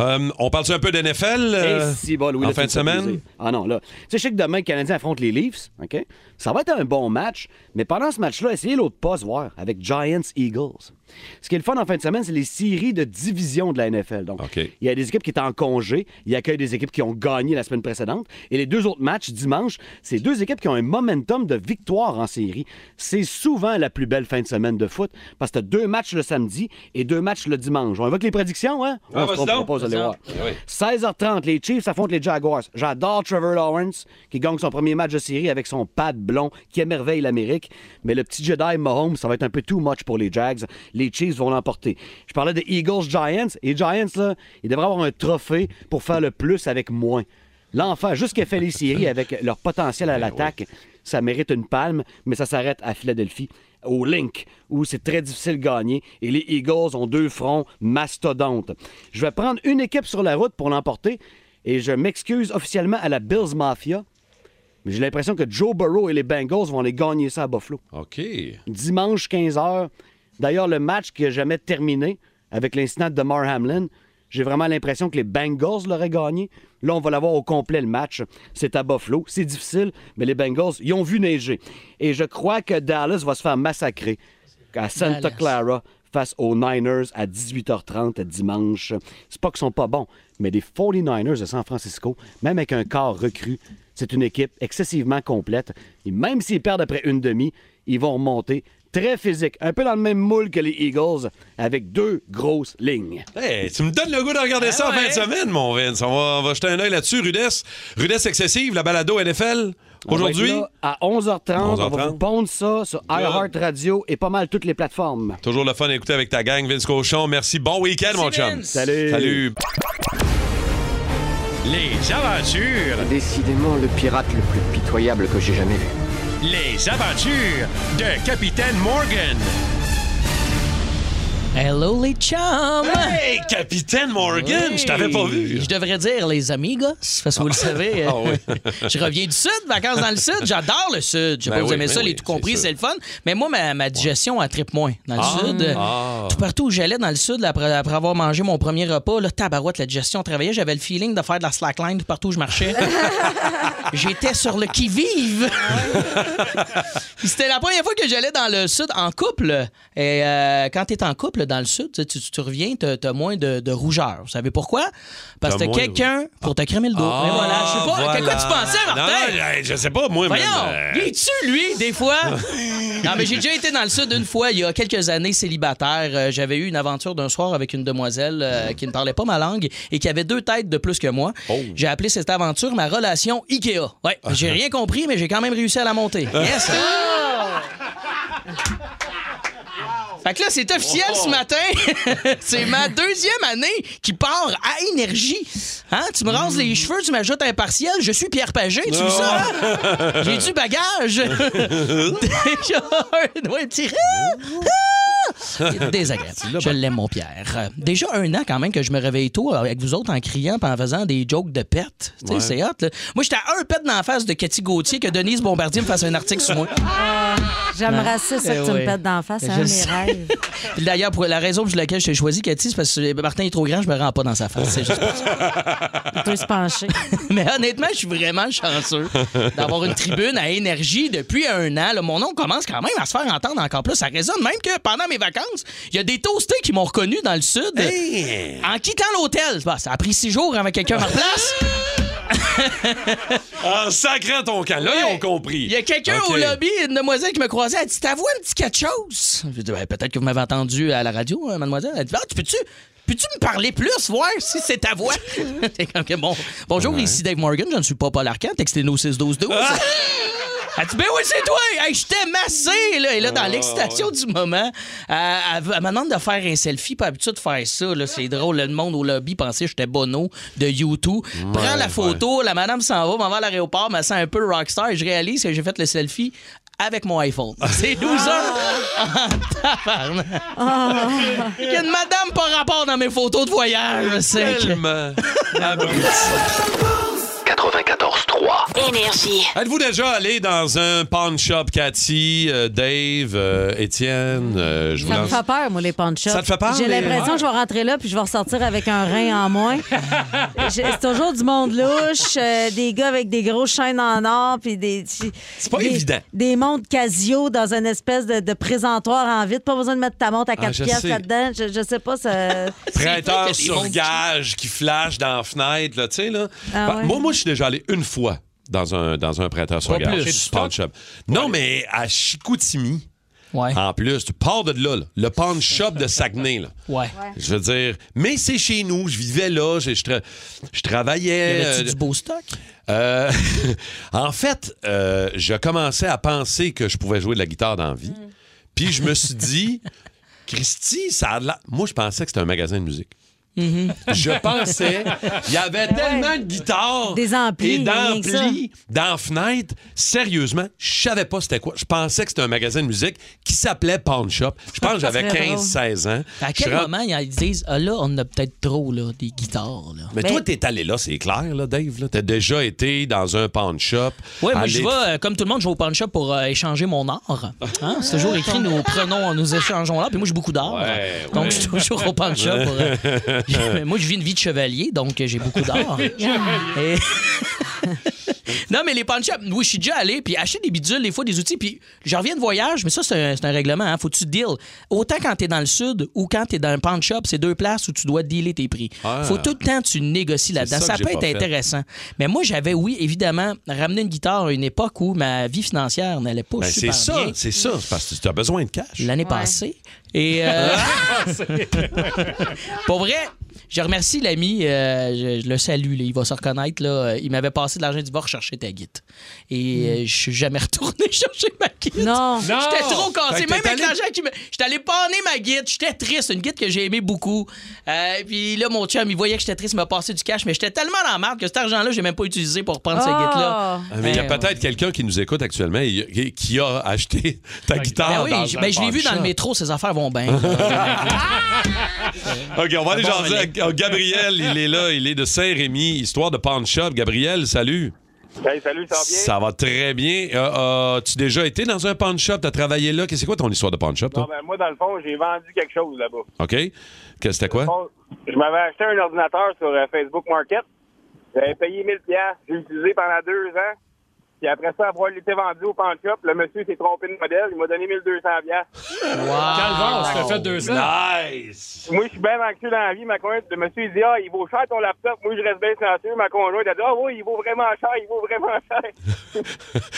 Euh, on parle-tu un peu d'NFL
Et
euh,
Eh, si, bol, oui,
en
là, tu
fin
me
de
fais
semaine?
plaisir. Ah non, là. Tu sais, je sais que demain, le Canadien affronte les Leafs. OK? Ça va être un bon match, mais pendant ce match-là, essayez l'autre poste, voir, avec Giants-Eagles. Ce qui est le fun en fin de semaine, c'est les séries de division de la NFL. Donc,
OK.
il y a des équipes qui étaient en congé, il accueille des équipes qui ont gagné la semaine précédente. Et les deux autres matchs, dimanche, c'est deux équipes qui ont un momentum de victoire en série. C'est souvent la plus belle fin de semaine de foot parce que tu deux matchs le samedi et deux matchs le dimanche. On évoque les prédictions, hein? on se
Ah, vas-y
trompera
donc.
pas, vous allez
Vas-y
voir.
Ah oui.
16h30, les Chiefs affrontent les Jaguars. J'adore Trevor Lawrence, qui gagne son premier match de série avec son pad blond, qui émerveille l'Amérique. Mais le petit Jedi Mahomes, ça va être un peu too much pour les Jags. Les Chiefs vont l'emporter. Je parlais de Eagles-Giants, et Giants, là, ils devraient avoir un trophée pour faire le plus avec moins. L'enfant, juste qu'elle fait les séries avec leur potentiel à l'attaque, ça mérite une palme, mais ça s'arrête à Philadelphie, au Link, où c'est très difficile de gagner et les Eagles ont deux fronts mastodontes. Je vais prendre une équipe sur la route pour l'emporter et je m'excuse officiellement à la Bills Mafia, mais j'ai l'impression que Joe Burrow et les Bengals vont les gagner ça à Buffalo.
OK.
Dimanche 15h, d'ailleurs le match qui n'a jamais terminé avec l'incident de Mar Hamlin, j'ai vraiment l'impression que les Bengals l'auraient gagné. Là, on va l'avoir au complet le match. C'est à Buffalo. C'est difficile, mais les Bengals, ils ont vu neiger. Et je crois que Dallas va se faire massacrer à Santa
Dallas.
Clara face aux Niners à 18h30 dimanche. C'est pas qu'ils sont pas bons, mais les 49ers de San Francisco, même avec un corps recru, c'est une équipe excessivement complète. Et même s'ils perdent après une demi, ils vont remonter très physique, un peu dans le même moule que les Eagles, avec deux grosses lignes.
Hey, Eh, tu me donnes le goût de
Ah
regarder ça en fin
ouais.
de semaine, mon Vince. On va, on va jeter un œil là-dessus. Rudesse. Rudesse excessive, la balado NFL.
On va être
Aujourd'hui,
là à 11h30, on va
11h30.
vous pondre ça sur iHeart Radio et pas mal toutes les plateformes.
toujours le fun d'écouter avec ta gang, Vince Cochon. Merci. Bon week-end, mon chum.
Vince.
Salut!
Salut. Les aventures,
Décidément le pirate le plus pitoyable que j'ai jamais vu.
les aventures de Capitaine Morgan.
Hello, les chums!
Hey, Capitaine Morgan, je t'avais pas vu.
Je devrais dire les amigos, parce que vous le savez.
euh.
hein.
Ah oui.
je reviens du sud, vacances dans le sud. J'adore le sud. Je sais
Ben
pas, vous
oui,
aimez
ben
ça, les
oui,
tout compris,
c'est sûr.
c'est le fun. Mais moi, ma, ma digestion, elle tripe moins dans le
Ah.
sud.
Ah.
Tout partout où j'allais dans le sud, là, après, après avoir mangé mon premier repas, là, tabarouette, la digestion travaillait. J'avais le feeling de faire de la slackline tout partout où je marchais. J'étais sur le qui-vive. C'était la première fois que j'allais dans le sud en couple. Et euh, quand t'es en couple, dans le sud, tu, sais, tu- tu reviens, tu as, moins de, de rougeur. Vous savez pourquoi? Parce que
T'as
t'as
moins de Ah,
quelqu'un pour te cramer le dos. Mais voilà, je sais pas. à quoi tu pensais,
Non,
Martin?
non, je sais pas, moi, euh, mais. ben-
Voyons, il tue, lui, des fois. non, mais j'ai déjà été dans le sud une fois, il y a quelques années, célibataire. Euh, J'avais eu une aventure d'un soir avec une demoiselle euh, qui ne parlait pas ma langue et qui avait deux têtes de plus que moi.
Oh. Ah.
J'ai appelé cette aventure ma relation Ikea. Ouais, j'ai rien compris, mais j'ai quand même réussi à la monter. Yes! Fait que là, c'est officiel
Oh,
ce matin. c'est ma deuxième année qui part à énergie. Hein? Tu me
Mm.
rases les cheveux, tu m'ajoutes un partiel, je suis Pierre Pagé, tu veux ça? hein? J'ai du bagage. Déjà, un, ouais, un petit... C'est Désagréable. Je l'aime, mon Pierre. Euh, Déjà un an quand même que je me réveille tôt avec vous autres en criant puis en faisant des jokes de pète. Tu sais, c'est hot. là. Moi, j'étais à un pet dans la face de Cathy Gauthier que Denise Bombardier me fasse un article sur moi.
J'aimerais ça, ça
Eh
que tu
oui.
me pètes d'en face, c'est
Je
un de mes
sais.
rêves.
Puis D'ailleurs, pour la raison pour laquelle je t'ai choisi, Cathy, c'est parce que Martin est trop grand, je me rends pas dans sa face. C'est juste pour ça.
Il peut se pencher.
Mais honnêtement, je suis vraiment chanceux d'avoir une tribune à énergie depuis un an. Là, mon nom commence quand même à se faire entendre encore plus. Ça résonne même que pendant mes vacances, il y a des toastés qui m'ont reconnu dans le sud. En quittant l'hôtel, Bah, ça a pris six jours avant que quelqu'un me replace.
En sacrant ton camp. Là, ils
Ouais.
ont compris.
Il y a quelqu'un
OK.
au lobby, une demoiselle qui me croisait, elle dit T'avoues un petit quelque chose Je dis Ben, Peut-être que vous m'avez entendu à la radio, hein, mademoiselle. Elle dit Ah, tu peux-tu. Peux-tu me parler plus, voir si c'est ta voix? C'est comme que bon. Bonjour, ici Dave Morgan, je ne suis pas Paul Arcand, textez-nous 6 12 12. Elle dit, ben oui, c'est toi! Hey, je t'ai massé! Là. Et là, dans
Ah,
l'excitation du moment, elle, elle, elle me demande de faire un selfie, pas habitué de faire ça. Là. C'est drôle, là, le monde au lobby pensait que j'étais Bono de YouTube. Prends la photo, la madame s'en va, m'en va à l'aéroport, me sent un peu rockstar et je réalise que j'ai fait le selfie avec mon iPhone.
Ah.
C'est 12 heures en tabarnak. Il y a une madame par rapport dans mes photos de voyage. là, C'est que-
Tellement abruti.
94.3.
Énergie.
Êtes-vous déjà allé dans un pawn shop, Cathy, euh, Dave, euh, Étienne? euh, je vous
Ça me
lance.
fait peur, moi, les punch-ups.
Ça te fait peur,
J'ai
les-
l'impression que je vais rentrer là puis je vais ressortir avec un rein en moins. Je- C'est toujours du monde louche, euh, des gars avec des grosses chaînes en or puis des. C'est
pas évident.
Des montres Casio dans une espèce de, de présentoir en vide. Pas besoin de mettre ta montre à 4
Ah, je
pièces
sais.
là-dedans. Je, je sais pas. Ça...
vrai
Prêteur
qu'il y a des
sur
mondes
gage qui flash dans la fenêtre, là, tu sais, là.
Ah
Bah,
ouais.
Moi, moi, je suis déjà allé une fois dans un, dans un prêteur sur
Pas
gage.
plus.
Pawn shop. Non, mais à Chicoutimi,
Ouais.
en plus, tu pars de là, là, le pawn shop de Saguenay, là.
Ouais.
Je veux dire, mais c'est chez nous, je vivais là, je, je tra- je
Y
travaillais.
avait-tu
euh,
du beau stock?
euh, en fait, euh, je commençais à penser que je pouvais jouer de la guitare dans la vie.
Mm.
Puis je me suis dit, Christy, ça a de la... Moi, je pensais que c'était un magasin de musique.
Mm-hmm.
Je pensais, il y avait tellement de guitares
Ben Des amplis,
et
y a rien que ça.
d'amplis dans la fenêtre. Sérieusement, je savais pas c'était quoi. Je pensais que c'était un magasin de musique qui s'appelait Pawn Shop. Je pense que j'avais
Ça serait drôle.
15-16 ans.
À
Je
quel
rentre-
moment ils disent Ah là, on a peut-être trop là, des guitares là.
Mais
Ben
toi, t'es allé là, c'est clair, là, Dave. là. T'as déjà été dans un pawn shop.
Oui, moi je
Aller-
vais, euh, comme tout le monde, je vais au pawn shop pour euh, échanger mon art. Hein? C'est toujours écrit, nous prenons, nous échangeons l'art. Puis moi, j'ai beaucoup d'art.
Ouais,
donc,
ouais.
je suis toujours au pawn shop. Pour, euh, mais moi, je vis une vie de chevalier, donc euh, j'ai beaucoup d'art. Et- non, mais les pawn shops, oui, je suis déjà allé, puis acheter des bidules, des fois des outils, puis je reviens de voyage, mais ça, c'est un, c'est un règlement, hein, faut que tu deals. Autant quand t'es dans le sud ou quand t'es dans un pawn shop, c'est deux places où tu dois dealer tes prix.
Ah.
Faut tout le temps que tu négocies là-dedans.
ça
Ça,
que j'ai
peut être
pas fait.
intéressant. Mais moi, j'avais, oui, évidemment, ramené une guitare à une époque où ma vie financière n'allait pas
Ben, c'est
super
ça,
bien.
c'est ça. c'est Parce que tu as besoin de cash.
L'année passée. Et. euh, Pour vrai, je remercie l'ami, euh, je, je le salue, là, il va se reconnaître. Là, euh, il m'avait passé de l'argent, il dit Va rechercher ta guide. Et euh,
Hmm.
je suis jamais retourné chercher ma guide.
Non.
J'étais trop
Fait
cassé.
que
Même
t'es
avec
allé-
l'argent qui me. J'étais allé panner ma guide. J'étais triste. Une guide que j'ai aimée beaucoup. Euh, puis là, mon chum, il voyait que j'étais triste, il m'a passé du cash. Mais j'étais tellement dans la merde que cet argent-là, j'ai même pas utilisé pour prendre cette Euh,
Oh.
guide-là.
Ah, mais il y a
Ouais,
peut-être quelqu'un qui nous écoute actuellement et- et qui a acheté ta
Ben
guitare.
oui,
dans
je-
un
ben, je l'ai
pawn
vu dans le
shop.
métro, ses affaires vont bien.
OK, on va aller jaser
Bon, allez.
avec- oh, Gabriel, il est là, il est de Saint-Rémy, histoire de pawn shop. Gabriel, salut.
salut, ça va bien?
Ça va très bien. Euh, euh, tu déjà été dans un pawn shop? T'as travaillé là? C'est quoi ton histoire de pawn shop,
Non,
toi?
ben, moi, dans le fond, j'ai vendu quelque chose là-bas.
OK? Qu'est-ce que C'était quoi?
Bon, Je m'avais acheté un ordinateur sur euh, Facebook Market. J'avais payé 1000 pièces. J'ai utilisé pendant deux ans. Puis après ça, avoir été vendu au pan shop, le monsieur s'est trompé de modèle. Il m'a donné 1200
Calvaire, on se fait fait 200.
Nice!
Moi, je suis bien anxieux dans la vie. Ma conjointe, le monsieur, il dit Ah, il vaut cher ton laptop. Moi, je reste bien silencieux. Ma conjointe, elle dit Ah, oui, il vaut vraiment cher, il vaut vraiment cher.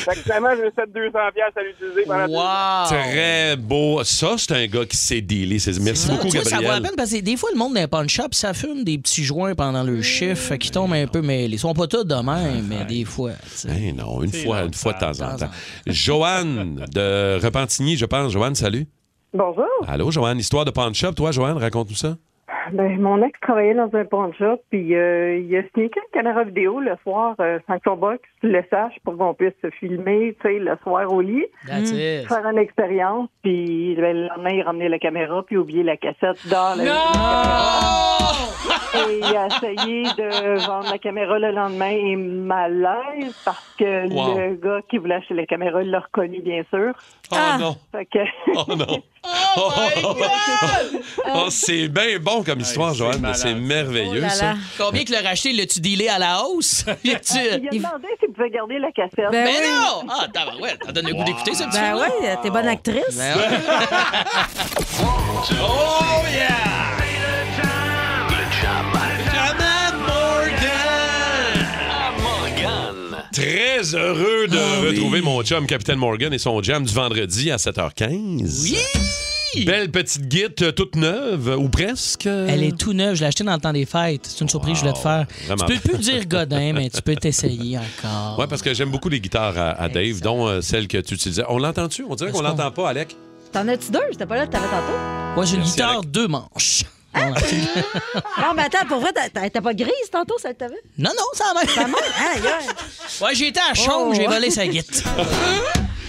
fait que finalement, j'ai 700-200 à l'utiliser pendant deux ans.
Très beau. Ça, c'est un gars qui sait dealer. ses- Merci
Ah,
beaucoup,
tu vois, Ça vaut la
Gabriel.
peine parce que des fois, le monde d'un pawn shop, ça fume des petits joints pendant le chiffre, fait qu'ils tombent un peu mêlés. Ils sont pas tous de même, mais des fois.
Eh non, une
C'est
fois,
long,
une fois de temps
ça,
en
de temps en
temps. Joanne de Repentigny, je pense. Joanne, salut.
Bonjour.
Allô, Joanne. Histoire de pawn shop, toi, Joanne, raconte-nous ça.
Ben, mon ex travaillait dans un pawn shop, puis euh, il a sneaké une caméra vidéo le soir, euh, sans qu'on box le sache, pour qu'on puisse se filmer, tu sais, le soir au lit.
That's it.
Faire une expérience, puis ben, le lendemain, il ramenait la caméra, puis oubliait la cassette dans la
Oh!
Et il a essayé de vendre la caméra le lendemain et malaise parce que
Wow.
euh, le gars qui voulait acheter la caméra il l'a reconnu, bien sûr.
Oh non!
Fait que...
Oh non! Oh, c'est bien bon comme histoire, Joanne. C'est
Oh
merveilleux, ça.
Combien que le racheté, l'as-tu dealé à la hausse? Il
Ah,
Il a demandé s'il pouvait garder la cassette.
Ben Mais oui. non! Ah, tabarouette, ça donne le goût d'écouter ce petit
Ben
film-là.
ouais, t'es bonne actrice.
Ben ouais.
Oh yeah! Très heureux de retrouver mon chum Capitaine Morgan et son jam du vendredi à 7h15. Belle petite guite euh, toute neuve, euh, ou presque.
Elle est tout neuve, je l'ai achetée dans le temps des fêtes. C'est une surprise que je voulais te faire.
Vraiment.
Tu peux plus dire Godin, mais tu peux t'essayer encore.
Ouais, ben, parce que j'aime beaucoup les guitares à, à Dave, dont euh, celle que tu utilisais. On l'entend-tu? On dirait qu'on l'entend pas, Alec.
T'en as-tu deux? J'étais pas là, t'avais tantôt.
Moi, j'ai une
Merci,
guitare deux manches.
Non, mais ben attends, pour vrai, t'as- t'as t'as pas grise tantôt, celle que t'avais?
Non, non, ça m'a.
Ça m'a? Aïe, aïe.
Ouais, j'ai été à Chaume,
Oh.
j'ai volé sa guitare.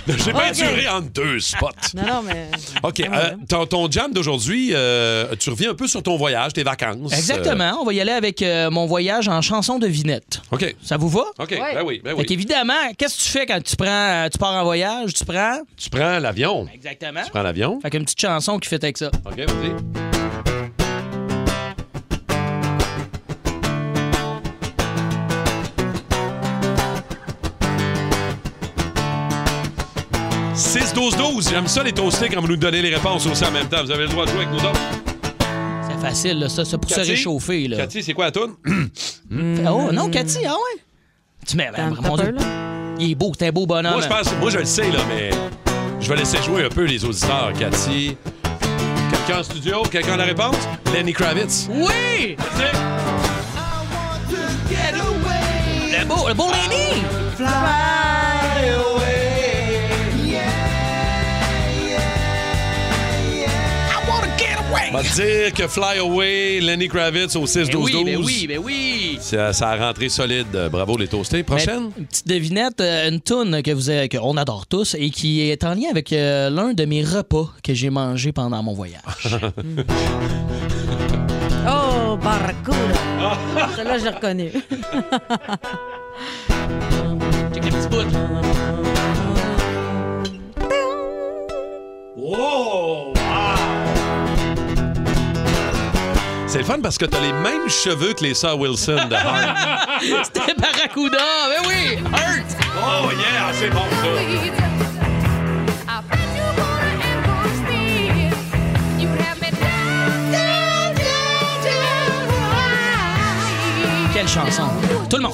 J'ai bien
Ok. Ah
duré en deux spots.
Non, non, mais.
OK, euh, ton, ton jam d'aujourd'hui, euh, tu reviens un peu sur ton voyage, tes vacances. euh,
euh, Exactement. On va y aller avec euh, mon voyage en chanson de Vinette.
Euh, OK.
Ça vous va?
OK, ben oui, ben oui.
Fait qu'évidemment, qu'est-ce que tu fais quand tu prends, euh, tu pars en voyage? Tu prends.
Tu prends l'avion.
Exactement.
Tu prends l'avion.
Fait qu'une petite chanson qui fait avec ça.
OK, vas-y. Six 12 12 j'aime ça les toastés quand vous nous donnez les réponses aussi en même temps. Vous avez le droit de jouer avec nous autres.
C'est facile, là, ça, c'est pour se
Cathy?
réchauffer. Là.
Cathy, c'est quoi la toune?
Oh non, Cathy, ah ouais? Tu mets.
Ah,
ben, mon Dieu. Il est beau, t'es un beau bonhomme. hein.
Moi, je pense, moi, je le sais, là, mais je vais laisser jouer un peu les auditeurs. Cathy. Quelqu'un en studio? Quelqu'un a la réponse? Lenny Kravitz.
Oui! Le beau, le beau Lenny!
Va dire que Fly Away, Lenny Kravitz au 6-12-12.
Ben oui, ben oui, ben oui!
Ça, ça a rentré solide. Bravo les toastés. Prochaine?
Mais, Ben, Une petite devinette, euh, une toune que vous avez- qu'on adore tous et qui est en lien avec euh, l'un de mes repas que j'ai mangé pendant mon voyage.
Oh, barracuda. Celle-là, je Ben, l'ai reconnue.
Check le petit
C'est le fun parce que t'as les mêmes cheveux que les sœurs Wilson de Hart.
C'était Barracuda, mais oui! Hurt!
Oh yeah, c'est bon ça.
Quelle chanson! Tout le monde!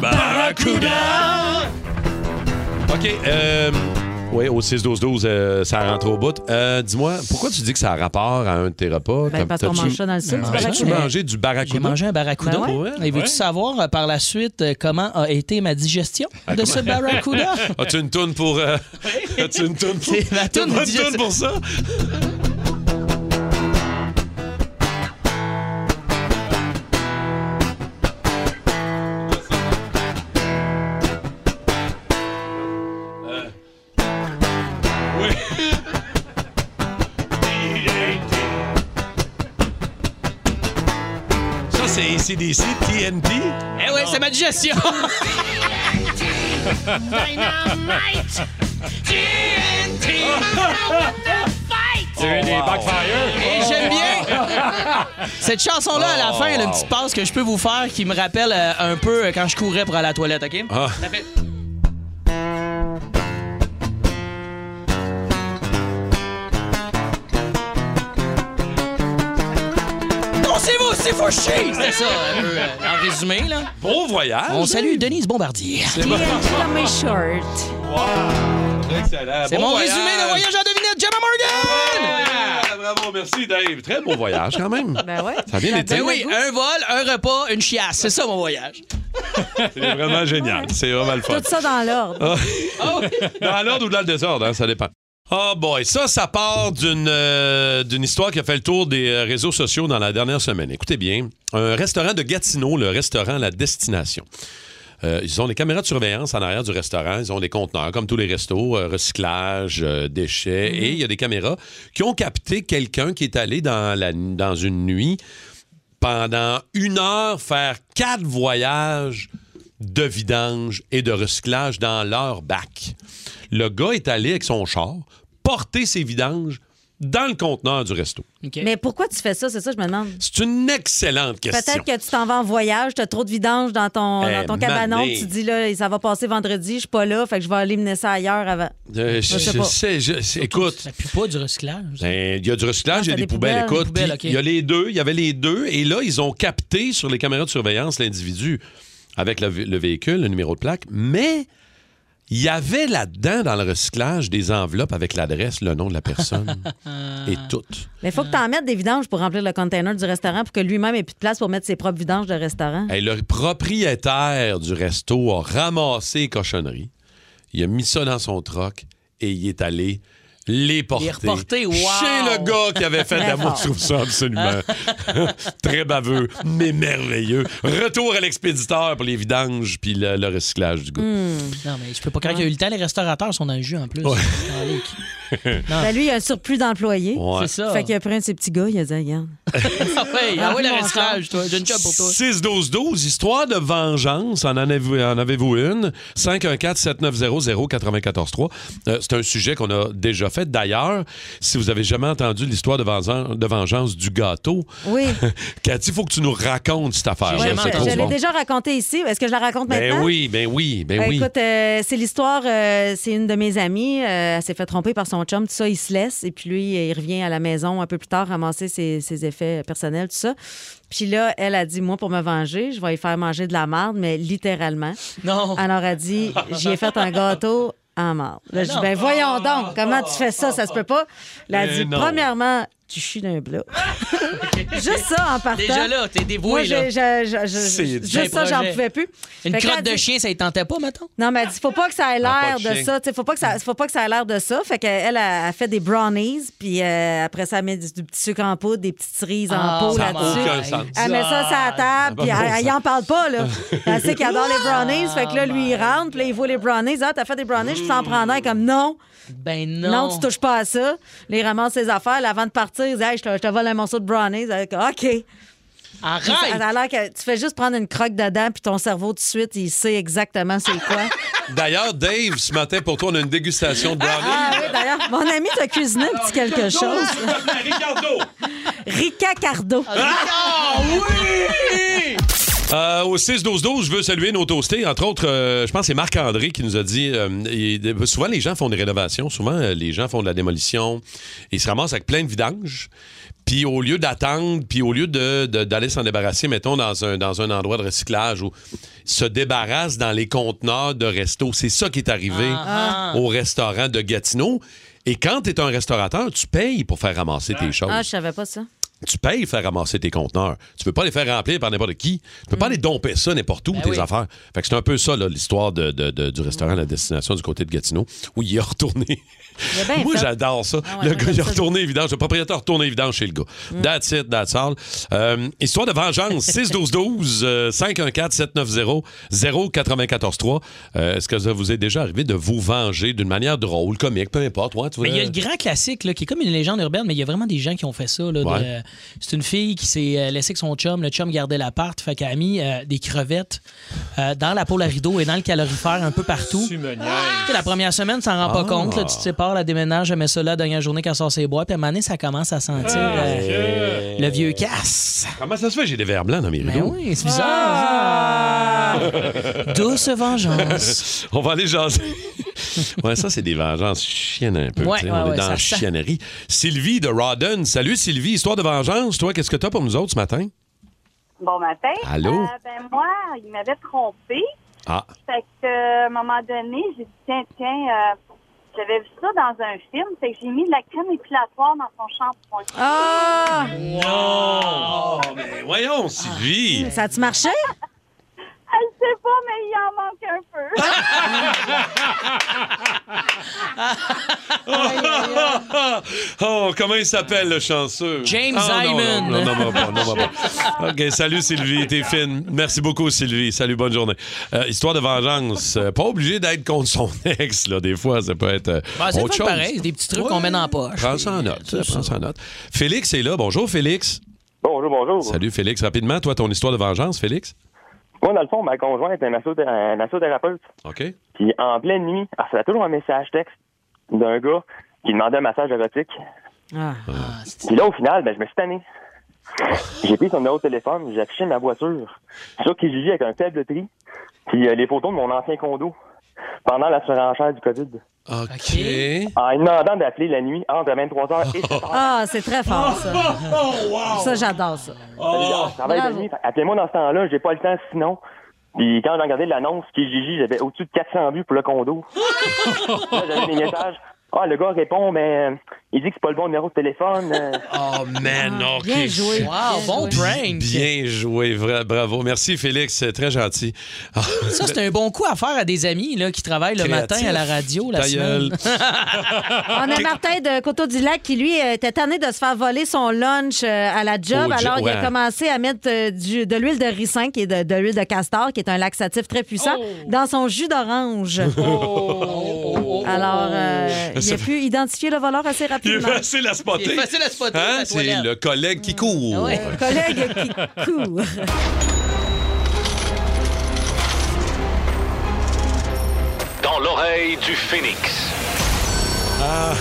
Barracuda! OK, euh... Oui, au 6-12-12, euh, ça rentre au bout. Euh, Dis-moi, pourquoi tu dis que ça a rapport à un de tes repas?
Ben,
T'as-
parce qu'on
t'as-tu-
mange ça dans le sud, du
Ben, As-tu
barracuda.
mangé du barracuda?
J'ai mangé un barracuda.
Ben
Et veux-tu savoir euh, par la suite euh, comment a été ma digestion de ce barracuda?
As-tu une toune pour... euh, As-tu une toune pour...
C'est ma toune
T'as pas
de
de toune pour ça? Ça, c'est ACDC, TNT.
Eh oui, c'est ma digestion!
Tu as eu des backfire?
Et j'aime bien cette chanson-là à la fin, elle a une petite passe que je peux vous faire qui me rappelle euh, un peu euh, quand je courais pour aller à la toilette, OK?
Ah.
Ça fait- c'est fâché! C'est ça, un peu, euh, en résumé, là.
Bon voyage! hein?
On salue Denise Bombardier.
C'est bon.
mes shorts.
Excellent.
C'est
Bon
mon
voyage.
résumé de voyage à devinette, Gemma Morgan!
Ah, bravo, merci Dave. Très bon voyage quand même.
Ben ouais.
Ça a bien été.
Ben oui, un vol, un repas, une chiasse. C'est ça, mon voyage.
C'est vraiment génial. C'est vraiment le fun.
Tout ça dans l'ordre.
Ah. dans l'ordre ou dans le désordre, hein, ça dépend. Oh boy, ça, ça part d'une euh, d'une histoire qui a fait le tour des euh, réseaux sociaux dans la dernière semaine. Écoutez bien, un restaurant de Gatineau, le restaurant La Destination. Euh, ils ont des caméras de surveillance en arrière du restaurant. Ils ont des conteneurs, comme tous les restos, euh, recyclage, euh, déchets. Et il y a des caméras qui ont capté quelqu'un qui est allé dans, la, dans une nuit pendant une heure faire quatre voyages de vidange et de recyclage dans leur bac. Le gars est allé avec son char porter ses vidanges dans le conteneur du resto.
Mais pourquoi tu fais ça? C'est ça, que je me demande.
C'est une excellente question.
Peut-être que tu t'en vas en voyage, tu as trop de vidange dans ton,
Eh,
dans ton cabanon,
mané.
tu dis là, ça va passer vendredi, je suis pas là, fait que je vais aller mener ça ailleurs avant. Je
Euh, je,
sais
je
pas.
sais, je- c'est- écoute,
Ça pue pas du recyclage.
ben, il y a du recyclage, il y a
t'as des
des,
poubelles.
poubelles, écoute.
Ah, Des poubelles,
puis Il
OK.
y a les deux, il y avait les deux, et là, ils ont capté sur les caméras de surveillance l'individu avec le, vé- le véhicule, le numéro de plaque, mais il y avait là-dedans, dans le recyclage, des enveloppes avec l'adresse, le nom de la personne et tout.
Mais faut que tu en mettes des vidanges pour remplir le container du restaurant pour que lui-même ait plus de place pour mettre ses propres vidanges de restaurant.
Hey, le propriétaire du resto a ramassé les cochonneries, il a mis ça dans son troc et il est allé les porter.
reporter, wow!
Chez le gars qui avait fait
Très
la Moi,
fort.
je trouve ça absolument très baveux, mais merveilleux. Retour à l'expéditeur pour les vidanges puis le, le recyclage du gars.
Hmm, Non, mais je peux pas croire qu'il y a eu le temps. Les restaurateurs sont dans le jus en plus. Ah, les-
Ben, lui, il a un surplus d'employés.
Ouais.
C'est ça.
Fait qu'il a pris un de ses petits gars, il a dit, regarde.
Ah ouais, ah ouais, le
Mon
recyclage, toi. J'ai une job pour toi.
6-12-12, histoire de vengeance, en avez-vous en avez-vous une? 514-7900-943. Euh, c'est un sujet qu'on a déjà fait. D'ailleurs, si vous avez jamais entendu l'histoire de, vengeance- de vengeance du gâteau,
Oui.
Cathy, il faut que tu nous racontes cette affaire.
J'ai jamais
Je,
C'est trop
je l'ai Ah, déjà raconté ici. Est-ce que je la raconte
Ben
maintenant?
oui, ben oui, ben
Ben,
oui.
Écoute, euh, c'est l'histoire. euh, c'est une de mes amies. euh, elle s'est fait tromper par son chum. Tout ça, il se laisse. Et puis lui, il revient à la maison un peu plus tard ramasser ses, ses effets personnels, tout ça. Puis là, elle a dit Moi, pour me venger, je vais lui faire manger de la marde, mais littéralement.
Non.
Alors, elle dit J'y ai fait un gâteau. En marde. Là, je dis, ben voyons donc, comment tu fais ça? Ça se peut pas. Là, elle
Eh
dit,
non.
premièrement, tu chies d'un plat. Juste ça, en partant.
Déjà là, t'es
Moi,
dévoué,
j'ai-
là.
j'ai- j'ai- j'ai-
C'est
du
juste ça, j'en
projet.
pouvais plus.
Une
Fait que là,
crotte
elle
de
dit-
chien, Ah, ça y tentait pas, mettons?
non, mais elle dit, faut pas que ça ait l'air
pas de
de
chien.
ça. Tu sais, faut pas que ça, faut pas que ça ait l'air de ça. Fait qu'elle a, a fait des brownies, puis euh, après ça, elle met du, du petit sucre en poudre, des petites cerises en
Ah,
peau
ça Ah, a
là-dessus.
aucun sens.
Elle met ça sur la table, puis
Ça a pas de bon
elle, elle y en parle pas, là. Elle sait qu'il adore les brownies. Fait que là, lui, il
my
rentre, puis là, il voit les brownies. Ah, t'as fait des brownies, je peux t'en prendre un. Comme, non,
Ben non.
non, tu touches pas à ça. Là, il ramasse ses affaires. Là, avant de partir, il dit, Hey, je, te, je te vole un morceau de brownies. Elle dit, OK. Puis ça-
Arrête!
ça a l'air que tu fais juste prendre une croque dedans, puis ton cerveau, tout de suite, il sait exactement c'est quoi.
D'ailleurs, Dave, ce matin, pour toi, on a une dégustation de brownie.
Ah oui, d'ailleurs, mon ami t'a cuisiné un petit quelque chose.
Ricardo!
Rica Cardo.
Euh, au 6-12-12, je veux saluer nos toastés. Entre autres, euh, je pense que c'est Marc-André qui nous a dit euh, il- souvent les gens font des rénovations, souvent euh, les gens font de la démolition. Ils se ramassent avec plein de vidanges. Puis au lieu d'attendre, puis au lieu de- de- d'aller s'en débarrasser, mettons, dans un, dans un endroit de recyclage, où ils se débarrassent dans les conteneurs de resto. C'est ça qui est arrivé
Ah,
au restaurant de Gatineau. Et quand tu es un restaurateur, tu payes pour faire ramasser tes choses
Ah, je savais pas ça.
tu payes faire ramasser tes conteneurs. Tu peux pas les faire remplir par n'importe qui. Tu peux pas les domper ça n'importe où, tes
oui.
affaires. Fait que c'est un peu ça, là, l'histoire de- de- de- du restaurant à La Destination du côté de Gatineau, où il a retourné.
Il a bien
Moi,
fait.
j'adore ça.
Ah ouais,
le
moi,
gars, il a
j'aime ça.
retourné évidemment. Le propriétaire a retourné évidemment chez le gars. That's it, that's all. Euh, histoire de vengeance, 6-12-12, euh, 514-790-0943. Euh, Est-ce que ça vous est déjà arrivé de vous venger d'une manière drôle, comique, peu importe? Ouais, tu
Mais il y a
veux-
le grand classique là, qui est comme une légende urbaine, mais il y a vraiment des gens qui ont fait ça. là, de-
Ouais.
C'est une fille qui s'est euh, laissée avec son chum. Le chum gardait l'appart. Fait qu'elle a mis euh, des crevettes euh, dans la poêle à rideau et dans le calorifère un peu partout.
Tu me niaises.
Tu sais, La première semaine, tu t'en rends pas compte. là, tu te sépares, la déménage, elle met ça là la dernière journée qu'elle sort ses bois. Puis à un moment donné, ça commence à sentir
Ah.
euh, le vieux casse.
Comment ça se fait? J'ai des verres blancs dans mes
Ben
rideaux.
oui, c'est bizarre.
Ah.
Douce vengeance.
On va aller jaser. ouais, ça, c'est des vengeances chiennes un peu.
Ouais,
tu sais,
ouais,
on est
ouais,
dans
ça
la
sent.
chiennerie. Sylvie de Rodden. Salut, Sylvie. Histoire de vengeance. Toi, qu'est-ce que t'as pour nous autres ce matin?
Bon matin.
Allô?
Euh, ben moi, il m'avait trompé.
Ah.
Fait que, euh, à un moment donné, j'ai dit, tiens, tiens, euh, j'avais vu ça dans un film. Fait que j'ai mis de la crème épilatoire dans son shampoing.
Ah!
Non! mais voyons,
Ah,
Sylvie!
Ça a-tu marché?
Elle sait pas, mais il en manque un peu.
Oh, comment il s'appelle, le chanceux?
James
Ah, non,
Hyman.
Non, non, non, non, non, non, non, non. OK, salut Sylvie, t'es fine. Merci beaucoup, Sylvie. Salut, bonne journée. Euh, histoire de vengeance. euh, pas obligé d'être contre son ex, là. Des fois, ça peut être euh,
Bah, c'est
autre
pas
chose.
pareil, c'est des petits trucs qu'on met dans la poche.
Prends ça en note. ça, Prends ça en note. Félix est là. Bonjour, Félix. Bonjour, bonjour. Salut, Félix. Rapidement, toi, ton histoire de vengeance, Félix?
Moi, dans le fond, ma conjointe est un, massothéra- un massothérapeute.
OK.
Puis en pleine nuit, elle recevait toujours un message texte d'un gars qui demandait un massage érotique.
Ah.
Puis là, au final, ben, je me suis tanné. J'ai pris son numéro de téléphone, j'ai affiché ma voiture. Sauf que j'y vis avec un faible prix. Puis euh, les photos de mon ancien condo pendant la surenchère du COVID.
OK.
En lui demandant d'appeler la nuit entre 23h et 7h.
Ah, c'est très fort, ça. Ça, j'adore ça.
Je Ah, travaille de
Bravo.
nuit. Fait- Appelez-moi dans ce temps-là, j'ai pas le temps sinon. Puis quand j'ai regardé l'annonce qui est Gigi, j'avais au-dessus de 400 vues pour le condo. Là, j'avais des messages. Ah, le gars répond, mais euh, il dit que c'est pas le bon numéro de téléphone. euh.
Oh, man,
Ah,
OK.
bien joué,
Wow, Ah, bien bon joué. prank.
Bien joué, vrai, bravo. Merci, Félix. C'est très gentil.
Ça, c'est un bon coup à faire à des amis là, qui travaillent le
Créatif.
matin à la radio la
Ta gueule.
semaine.
On a Martin de Coteau du Lac qui, lui, était tanné de se faire voler son lunch euh, à la job.
Au jo-
alors, il a
ouais.
commencé à mettre euh, du- de l'huile de ricin, qui est de, de l'huile de castor, qui est un laxatif très
Oh!
puissant, dans son jus d'orange.
Oh,
Ah,
Alors, euh, il
Ça
a pu identifier le voleur assez
Il est
rapidement.
facile à spotter.
Il est facile à spotter,
Hein?
la
C'est
toilette.
le collègue qui
Ah
court.
Ouais, le collègue qui court.
Dans l'oreille du phénix.
Ah,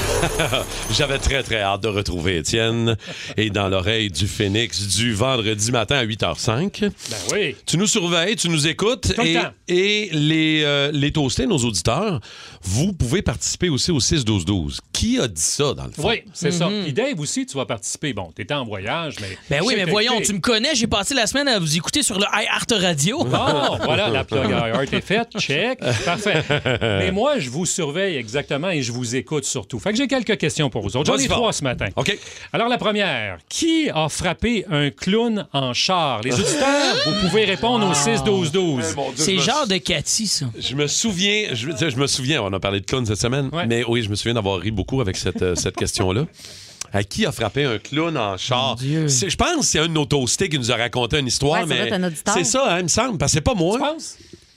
J'avais très, très hâte de retrouver Étienne et dans l'oreille du Phoenix du vendredi matin à 8h05.
Ben oui.
Tu nous surveilles, tu nous écoutes
Tout le
et,
temps.
et les, euh, les toastés, nos auditeurs, vous pouvez participer aussi au 6-12-12. Qui a dit ça dans le fond?
Oui, c'est ça. Puis Dave aussi, tu vas participer. Bon, t'étais en voyage, mais.
Mm-hmm. Ben
Je
oui,
sais
mais
que
voyons,
t'es-
tu me connais, j'ai passé la semaine à vous écouter sur le iHeart Radio.
Bon, Ah, voilà, la plug iHeart est faite, check, parfait. Mais moi, je vous surveille exactement et je vous écoute surtout. Fait que j'ai quelques questions pour vous autres. J'en
Vas-y
ai
fort.
trois ce matin.
OK.
Alors, la première, qui a frappé un clown en char? Les auditeurs, vous pouvez répondre au 6-12-12.
C'est genre de Cathy, ça.
Je me souviens, je, tu sais, je me souviens, on a parlé de clown cette semaine, mais oui, je me souviens d'avoir ri beaucoup avec cette, euh, cette question-là. À qui a frappé un clown en char? C'est- Je pense que c'est un de nos toastés qui nous a raconté une
Ouais,
histoire,
ça doit
mais
être un auditeur.
c'est ça, hein, il me semble, parce que c'est pas moi.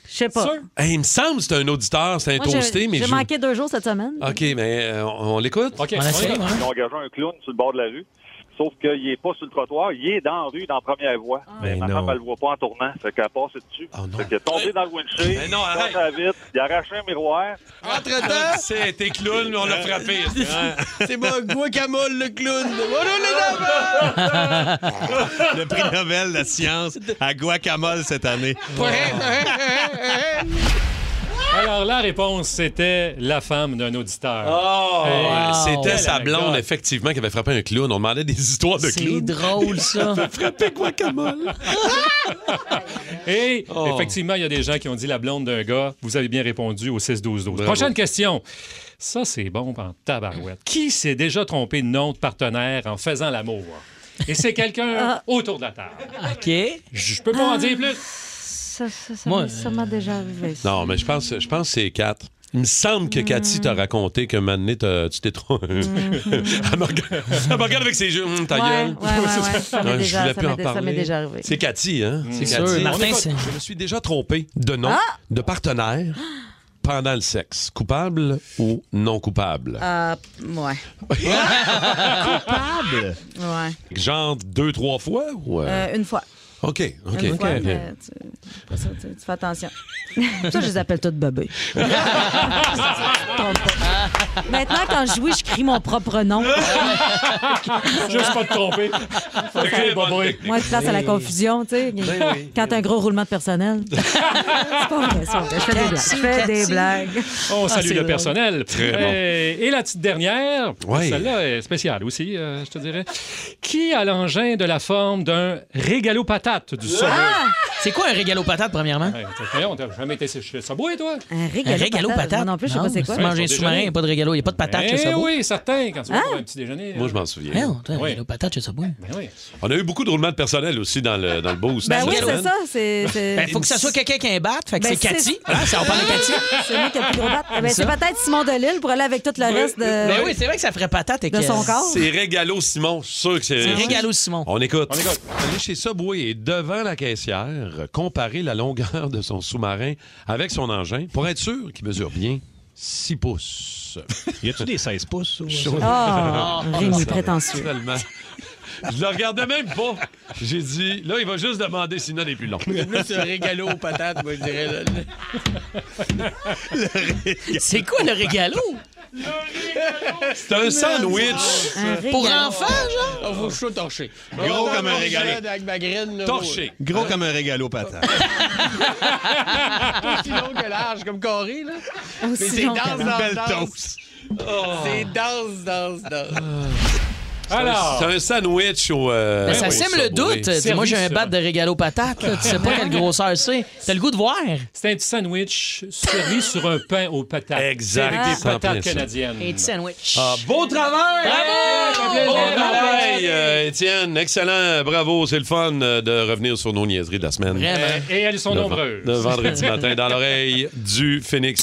Je sais pas.
Hey, il me semble que c'est un auditeur, c'est un
Moi, j'ai-
toasté, mais
J'ai
je-
manqué deux jours cette semaine.
OK, mais euh, on, on l'écoute? OK,
hein?
Ils ont engagé un clown sur le bord de la rue. Sauf qu'il n'est pas sur le trottoir, il est dans la rue, dans la première voie. Mais
Ah. Mais
ma
non.
femme, elle le voit pas en tournant. Fait qu'elle passe dessus.
Oh,
fait qu'elle est tombée dans le windshield.
Mais
Mais
non, arrête.
la vitre, il a arraché un miroir.
Entre-temps, c'est t'es clown, on l'a frappé.
C'est moi, Guacamole, le clown. le prix Nobel de science à Guacamole cette année.
Alors, la réponse, c'était la femme d'un auditeur.
Ouais,
Hey,
C'était
quelle
sa blonde,
anecdote.
effectivement, qui avait frappé un clown. On demandait des histoires de
C'est
clowns.
drôle, ça.
Elle a frappé guacamole.
Et
Oh.
effectivement, il y a des gens qui ont dit la blonde d'un gars. Vous avez bien répondu au 6-12-12.
Bravo.
Prochaine question. Ça, c'est bon en tabarouette. Qui s'est déjà trompé de nom de partenaire en faisant l'amour? Et c'est quelqu'un autour de la table.
OK.
Je peux pas en dire plus.
Ça, ça, ça
Moi,
m'est sûrement déjà arrivé. ça.
Non, mais je pense, je pense que c'est quatre. Il me semble que Cathy t'a raconté que maintenant tu t'es trop. elle, me regarde, elle me regarde avec ses yeux. Hum, ta
Ouais,
gueule.
ouais, ouais, ouais. Ça m'est
Non, je
déjà-
voulais
ça
plus
m'est
en
dé- ça m'est
parler.
déjà arrivé.
C'est Cathy, hein?
Mm.
C'est
C'est sûr,
Cathy.
Martin,
On est pas-
c'est-
je me suis déjà trompé de nom,
Ah!
de partenaire pendant le sexe. Coupable ou non coupable?
Euh, ouais.
Coupable?
Ouais.
Genre deux, trois fois? Ou euh?
Euh, une fois.
OK, OK.
Une fois,
OK.
mais tu, après ça, tu- tu fais attention. ça, je les appelle toutes bébés. Maintenant, quand je jouis, je crie mon propre nom.
Juste pas te tromper. Ok, bon, bon.
Moi, je place à la
Oui.
confusion, tu sais. Quand t'as un gros roulement de personnel. Ben c'est pas vrai, c'est pas vrai. Je fais des blagues. Je fais des blagues.
On
Ah,
salue
c'est
Oh, le
drôle.
personnel.
Très
Euh, Et la petite dernière,
Ouais.
celle-là est spéciale aussi, euh, je te dirais. Qui a l'engin de la forme d'un régalo patates du Subway.
C'est quoi un régalo patate, premièrement?
Voyons, t'as jamais été chez Subway, toi?
Un
Un régalo patate. Si tu manges un sous-marin, il n'y a pas de régalo. Il n'y a pas de patate chez
Eh
Subway.
oui, certain, quand tu vas pour un petit déjeuner. euh, ben
Moi, je m'en souviens.
Hell, t'as un régalo patate chez Subway.
On a eu beaucoup de roulements de personnel aussi dans le, dans le boost.
Ben
cette
oui, c'est
semaine.
ça. C'est, c'est...
Ben, faut que ça soit quelqu'un qui a un batte. Fait que c'est Cathy. Hein, ça, on parle de Cathy.
C'est moi qui ai le plus gros batte. Ben, c'est
Ça.
peut-être Simon Delille pour aller avec tout le reste de.
Ben oui, Ben c'est vrai que ça ferait patate et
De
que-
son corps.
C'est Régalo Simon, je suis sûr que c'est.
C'est Régalo Simon.
On écoute.
On écoute.
Aller chez Subway et devant la caissière, comparer la longueur de son sous-marin avec son engin pour être sûr qu'il mesure bien 6 pouces.
Y a-tu des 16 pouces?
Ah, Rémi prétentieux.
Tellement. Je le regardais même pas. J'ai dit, là, il va juste demander sinon il est plus long.
régalo aux patates, moi, je dirais. C'est quoi le régalo?
C'est un sandwich.
Pour enfants, genre?
On va chaud torcher.
Gros comme un régalo.
Avec ma graine, là,
Torché. Gros comme un régalo patate.
Aussi long que large, comme carré, là.
Ah,
Mais
Aussi
c'est
long
danse,
que large. Une
danse,
belle
danse. C'est danse, danse, danse.
C'est un sandwich au. euh,
Ben, ça
au
sème le
Subway.
doute. Dis, moi, j'ai un bat de régalo patate. là. Tu sais pas quelle grosseur c'est. T'as le goût de voir.
C'est un petit sandwich servi sur un pain aux patates.
Exact.
C'est Avec des
Ah.
patates
Ça.
canadiennes.
Un petit sandwich.
Ah, beau travail!
Bravo!
Bon
Bravo!
travail, euh, Étienne. Excellent. Bravo. C'est le fun euh, de revenir sur nos niaiseries de la semaine.
Vraiment. Eh, Et- et elles sont
Le-
nombreuses.
Le vendredi matin, dans l'oreille du Phoenix.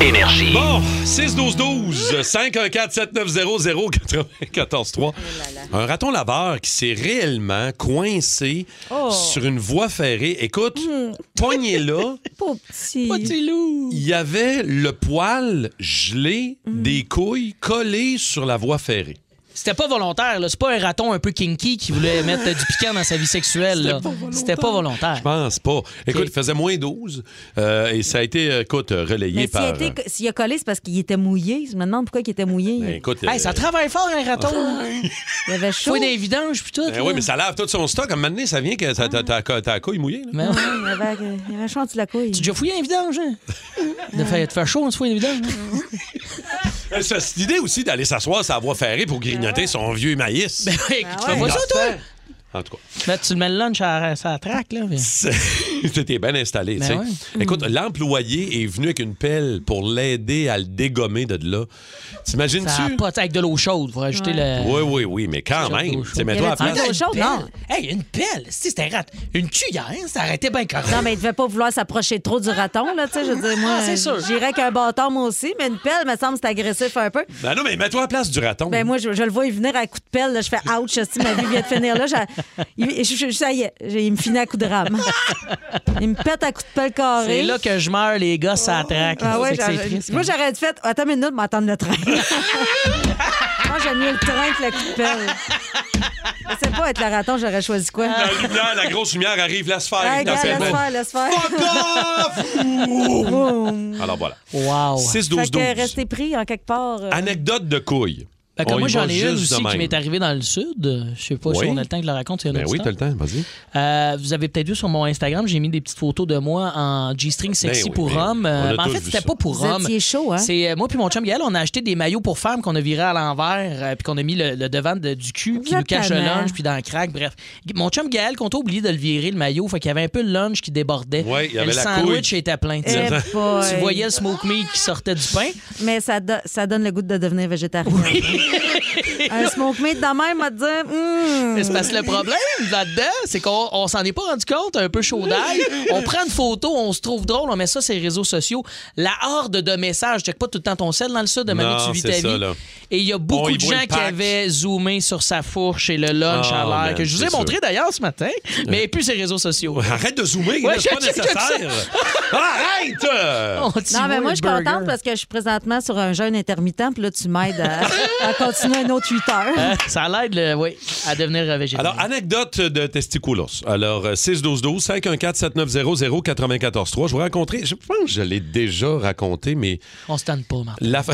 Énergie.
Bon, 6-12-12, 514-790-0943. Un raton laveur qui s'est réellement coincé
Oh.
sur une voie ferrée. Écoute,
Hmm.
poignée là.
Pauvre petit.
Il y avait le poil gelé
Hmm.
des couilles collé sur la voie ferrée.
C'était pas volontaire. là. C'est pas un raton un peu kinky qui voulait mettre du piquant dans sa vie sexuelle. là. C'était pas volontaire.
Je pense pas. Écoute, il faisait moins 12 euh, et ça a été, euh, écoute, euh, relayé
Mais s'il a,
par.
été- s'il a collé, c'est parce qu'il était mouillé. Je me demande pourquoi il était mouillé.
Ben, écoute,
Hey,
euh,
ça travaille fort, un raton. là.
Il avait chaud.
Fouille dans les vidanges, puis tout.
ben oui, mais ça lave tout son stock. À un moment donné, ça vient que t'as- t'as t'as- t'as la couille mouillée. là.
Ben
Ouais, il, avait, euh, il avait chaud en dessous de la couille. Tu
déjà fouillé un vidange? hein? De faire, de faire chaud, on se fouille dans les vidanges. hein.
Euh, ça, C'est l'idée aussi d'aller s'asseoir sur la voie ferrée pour grignoter son vieux maïs.
Ah. Ben oui, tu fais pas ça, toi?
Ah, En tout cas.
Ben, tu le mets le lunch à, à la traque, là. puis-
T'étais bien installé.
Ben
tu sais.
ouais.
Écoute, l'employé est venu avec une pelle pour l'aider à le dégommer de là.
Ça a
T'imagines-tu?
pas avec de l'eau chaude. Faut rajouter le.
Oui, oui, oui, mais quand même. Tu sais, mets-toi à la place.
chaude? Non.
Hey, une pelle. Si c'était un rat. Une cuillère, ça arrêtait bien correct.
Non, mais il devait pas vouloir s'approcher trop du raton, là, tu sais. Je veux dire, moi,
Ah, c'est sûr.
j'irais qu'un bâton, moi aussi, mais une pelle, me semble, c'est agressif un peu.
Ben non, mais mets-toi à la place du raton.
Ben moi, je, je le vois venir à coups de pelle. là. je fais ouch, si ma vie vient de finir là. J'ai- il- je- je- ça y est, j'ai- il me finit à coups de rame. Il me pète à coups de pelle carré.
C'est là que je meurs, les gars, ça attraque.
Ah ouais,
C'est que c'est
j'aurais-
triste,
moi,
hein.
j'aurais dû fait. Attends une minute, m'attendre le train. moi, j'aime mieux le train que le coup de pelle. Je sais pas, être le raton, j'aurais choisi quoi?
Ah,
La lumière, la grosse lumière arrive, laisse faire.
Ah, gars,
Dans cette
laisse
main.
faire, laisse faire.
Alors voilà.
Wow.
6-12-12.
Fait que rester pris en quelque part. euh,
Anecdote de couille.
Ben, comme
On
moi,
y
j'en
va
ai une
juste
aussi
de
qui
même.
m'est arrivée dans le sud. Euh, Je sais pas
Oui.
si on a le temps que je la raconte. si on a
Ben
du
oui, t'as le temps, vas-y.
Euh, vous avez peut-être vu sur mon Instagram, j'ai mis des petites photos de moi en G-string sexy
Ben oui,
pour
ben oui.
homme.
On a
mais en
tous
fait,
vu
c'était
ça.
pas pour
Vous
homme.
étiez chaud, hein?
C'est euh, moi puis mon chum Gaël, on a acheté des maillots pour femmes qu'on a virés à l'envers, euh, puis qu'on a mis le, le devant de- du cul, qui nous cache le
Exactement.
lunge, puis dans le crack. Bref, mon chum Gaël, qu'on a oublié de le virer le maillot, fait qu'il y avait un peu le lunge qui débordait.
Ouais, il y
Et
avait
le
la
sandwich
couille.
était plein. tu
Eh
sais.
boy.
tu voyais le smoke meat qui sortait du pain.
Mais ça, do- ça donne le goût de devenir végétarien. un smoke meat dans même m'a dit hmm.
Mais c'est parce que le problème là-dedans, c'est qu'on on s'en est pas rendu compte, un peu chaud d'ail. On prend une photo, on se trouve drôle, on met ça sur les réseaux sociaux. La horde de messages, check pas tout le temps ton sel dans le sud, de manière
Non,
tu vis
c'est
ta
ça,
vie.
là.
Et il y a
On
beaucoup
y
de
voit le
gens qui
pack.
avaient zoomé sur sa fourche et le lunch
Ah,
à
man,
l'air, que je vous ai
c'est
montré
sûr.
d'ailleurs ce matin, mais plus ses réseaux sociaux.
Arrête de zoomer,
Ouais,
là, c'est pas
je- je- comme ça. Oh.
nécessaire. Ah, Arrête!
On t'y
Non, mais moi,
voit le
je suis contente
burger.
parce que je suis présentement sur un jeûne intermittent, puis là, tu m'aides à, à continuer un autre 8 heures.
Hein, Ça l'aide, le- oui, à devenir euh, végétarien.
Alors, anecdote de testiculos. Alors, euh, 61212 514 7900 94 3 Je vous raconterai, je pense que je l'ai déjà raconté, mais
On se tanne pas, Marc.
la fa-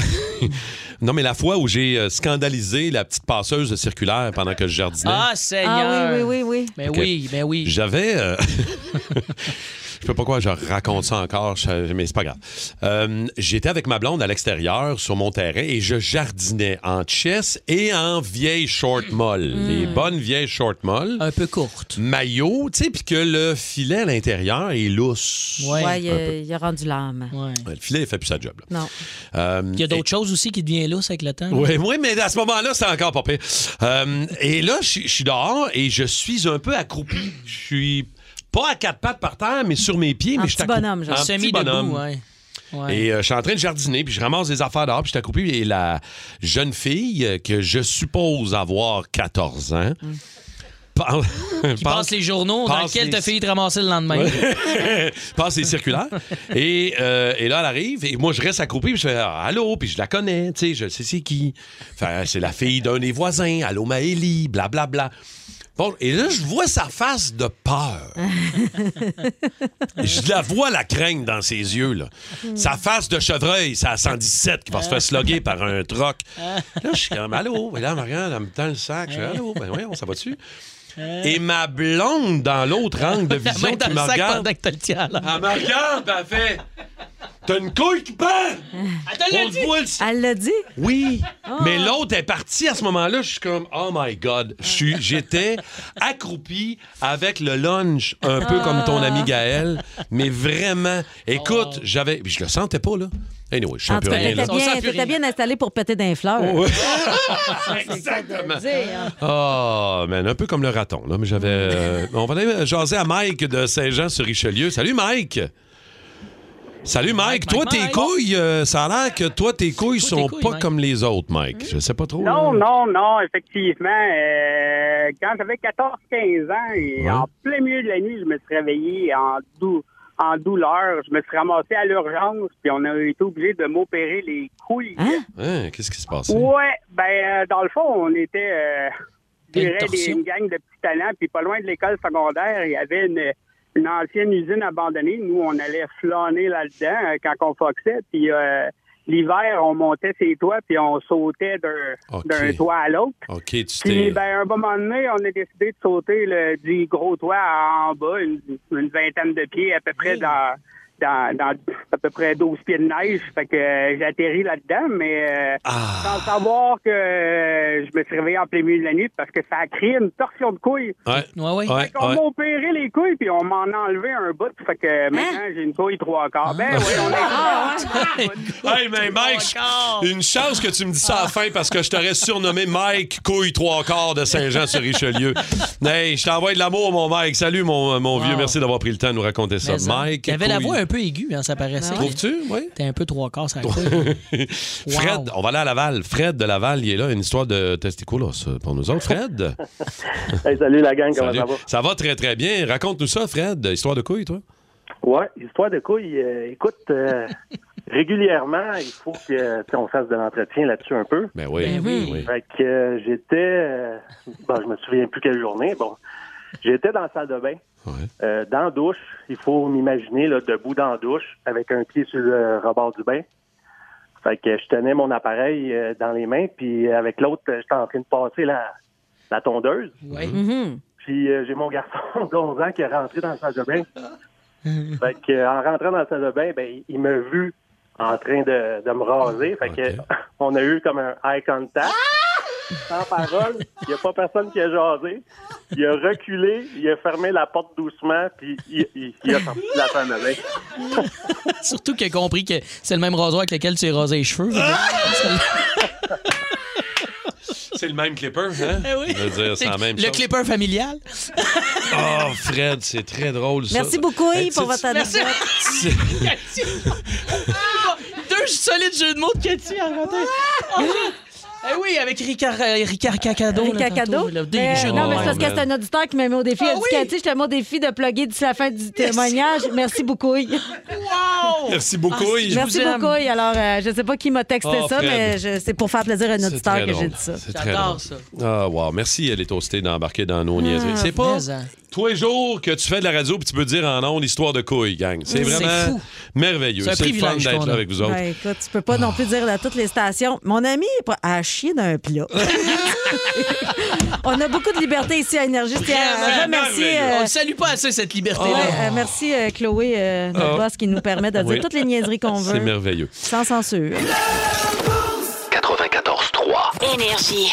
Non, mais la fois où j'ai euh, scandalisé la petite passeuse circulaire pendant que je jardinais.
Ah, Seigneur!
Ah oui, oui, oui, oui.
Mais
Ok.
oui, mais oui.
J'avais. euh, Je sais pas pourquoi je raconte ça encore, je- mais c'est pas grave. Euh, J'étais avec ma blonde à l'extérieur sur mon terrain et je jardinais en chess et en vieille short molle.
Hmm.
Les bonnes vieilles short molles.
Un peu courtes.
Maillot, tu sais, puis que le filet à l'intérieur est lousse.
Ouais, il,
Un
a,
peu.
il a rendu l'âme.
Ouais, le filet, il fait plus sa job. là.
Non.
Euh,
Il y a d'autres choses aussi qui deviennent lousses avec le temps.
oui, oui, mais à ce moment-là, c'est encore pas pire. Euh, et là, je je suis dehors et je suis un peu accroupi. Je suis pas à quatre pattes par terre, mais sur mes pieds.
Un
mais je suis
petit
accroupi-
bonhomme, genre.
Un petit
debout,
bonhomme.
ouais. Ouais.
Et euh, je suis en train de jardiner, puis je ramasse des affaires dehors, puis je suis accroupi. Et la jeune fille euh, que je suppose avoir 14 ans... pen-
Mm. Qui passe, les journaux dans
passe
lesquels
les-
t'as fini de ramasser le lendemain.
Ouais. passe les circulaires. Et, euh, et là, elle arrive. Et moi, je reste accroupi. Puis je fais ah, Allô. Puis je la connais. Tu sais, je sais c'est qui. Fait, c'est la fille d'un des voisins. Allô, Maëlie. Blablabla. Bla. Bon, et là, je vois sa face de peur. je la vois la crainte dans ses yeux. Là.
Hmm.
Sa face de chevreuil, c'est à 117 qui va se faire sloguer par un troc. Là, je suis comme Allô. Et là, Marianne, elle me tend le sac. Je fais Allô. Ben, voyons, ça va-tu? Et ma blonde dans l'autre angle de
La main
vision
dans
qui
le
me
sac
regarde.
pendant que t'as le tien à l'air.
Elle me Ah, regarde, pis elle fait T'as une couille qui pend!
Ah,
On le voit, le-
Elle l'a dit?
Oui.
Ah.
Mais l'autre est parti à ce moment-là. Je suis comme, oh my God. Je suis- J'étais accroupi avec le lunch, un peu comme ton
Ah.
ami Gaël. Mais vraiment, écoute, j'avais. puis Je le sentais pas, là. Anyway, je
Oh. En
sens
tout
plus
cas,
rien, là.
t'étais bien, t'étais bien installé pour péter d'un fleur.
Ouais.
Exactement.
Oh, man, un peu comme le raton, là. Mais j'avais. euh, on va aller jaser à Mike de Saint-Jean-sur-Richelieu. Salut, Mike! Salut, Mike. toi, tes couilles, euh, ça a l'air que toi, tes couilles sont
couilles,
pas
Mike.
comme les autres, Mike. Je sais pas trop. euh,
Non,
là.
non, non, effectivement. euh, quand j'avais 14-15 ans, et
Ouais.
en plein milieu de la nuit, je me suis réveillé en, dou- en douleur. Je me suis ramassé à l'urgence, puis on a été obligé de m'opérer les couilles.
Ah,
Hein, Qu'est-ce qui se passe?
Ouais, ben, euh, dans le fond, on était, euh, je
Une
dirais, des-
torsion.
une gang de petits talents, puis pas loin de l'école secondaire, il y avait une, une ancienne usine abandonnée. Nous, on allait flâner là-dedans euh, quand on foxait, puis euh, l'hiver, on montait ses toits, puis on sautait d'un
Ok.
d'un toit à l'autre.
OK, tu t'es.
Puis, ben, un bon moment donné, on a décidé de sauter le- du gros toit en bas, une, une vingtaine de pieds, à peu près dans, dans, dans à peu près 12 pieds de neige. Fait que euh, j'ai atterri là-dedans, mais euh, sans savoir que euh, je me suis réveillé en plein milieu de la nuit parce que ça a créé une torsion de couille.
Ouais.
Ouais,
ouais.
On m'a opéré les couilles, puis on m'en a enlevé un bout. Fait que maintenant, j'ai une couille trois quarts. Ben oui, on est...
Hey, mais Mike, une chance que tu me dis
Ah.
ça à la fin parce que je t'aurais surnommé Mike Couille Trois Quarts de Saint-Jean-sur-Richelieu. hey, je t'envoie de l'amour, mon Mike. Salut, mon, mon vieux. Merci d'avoir pris le temps de nous raconter ça.
Mais ça,
Mike.
T'avais la
Couille-
voix un peu aiguë, hein, ça paraissait.
Trouves-tu? Oui.
T'es un peu trois quarts, ça couille.
Fred, on va aller à Laval. Fred de Laval, il est là. Une histoire de testiculos euh, pour nous autres. Fred?
Hey, salut la gang, comment
Salut.
ça va?
Ça va très, très bien. Raconte-nous ça, Fred. Histoire de couille, toi?
Ouais, histoire de couilles, euh, écoute, euh, régulièrement, il faut que euh, tu sais, on fasse de l'entretien là-dessus un peu.
Ben oui. Ben oui. oui.
Fait que euh, j'étais, euh, bon, je me souviens plus quelle journée, bon, j'étais dans la salle de bain, euh, dans la douche, il faut m'imaginer là, debout dans la douche, avec un pied sur le rebord du bain. Fait que je tenais mon appareil euh, dans les mains, puis avec l'autre, j'étais en train de passer la, la tondeuse.
Mm-hmm.
Puis euh, j'ai mon garçon d'11 ans qui est rentré dans la salle de bain. fait que, euh, en rentrant dans la salle de bain, ben, il- il m'a vu en train de, de me raser. Fait que, on a eu comme un eye contact. Sans parole, il n'y a pas personne qui a jasé. Il a reculé, il a fermé la porte doucement, puis il, il- il a sorti de la salle de bain.
Surtout qu'il a compris que c'est le même rasoir avec lequel tu es rasé les cheveux. Ben
C'est le même clipper, hein? Je veux dire, c'est la même
Ben le
chose.
clipper familial.
Oh, Fred, c'est très drôle, ça.
Merci beaucoup,
Hey,
Yves, pour
tu-
votre
tu-
anecdote.
Tu-
Deux solides jeux de mots de Cathy en rentrée.
Ah!
Oh, shit. Eh oui, avec Ricard, euh, Ricard Cacado. là,
Ricard
tantôt,
Cacado?
là, des
Mais,
jeux de
Euh, non, mais
mots.
c'est parce que c'est un auditeur qui m'a mis au défi. Elle dit, Cathy, je te mets au défi de plugger d'ici la fin du témoignage. Merci beaucoup.
Wow!
Merci beaucoup.
Ah,
Yves.
Merci beaucoup. Alors, euh, je sais pas qui m'a texté
Oh,
ça,
Fred.
mais je- c'est pour faire plaisir à un auditeur
très
que j'ai
drôle.
dit ça.
C'est très drôle. Ah, wow. Merci, euh, les toastés, d'embarquer dans nos niaiseries. C'est pas.
mais, hein.
Tous les jours que tu fais de la radio, puis tu peux dire en ondes histoire de couilles, gang. C'est
Mm. C'est
vraiment
fou.
merveilleux.
C'est un
C'est le fun
privilège
d'être
qu'on
là
a.
avec vous autres.
Ouais, Ben, écoute, tu peux pas non plus dire à toutes les stations. Mon ami est pas à chier d'un plat. On a beaucoup de liberté ici à Énergie. Je tiens à
Vraiment
remercier.
merveilleux.
euh,
On Oh. ne salue pas assez cette liberté-là.
ouais, euh, merci euh, Chloé, euh, notre
Oh.
boss, qui nous permet de dire
Oui.
toutes les niaiseries qu'on veut.
C'est merveilleux.
Sans censure.
94.3 Énergie.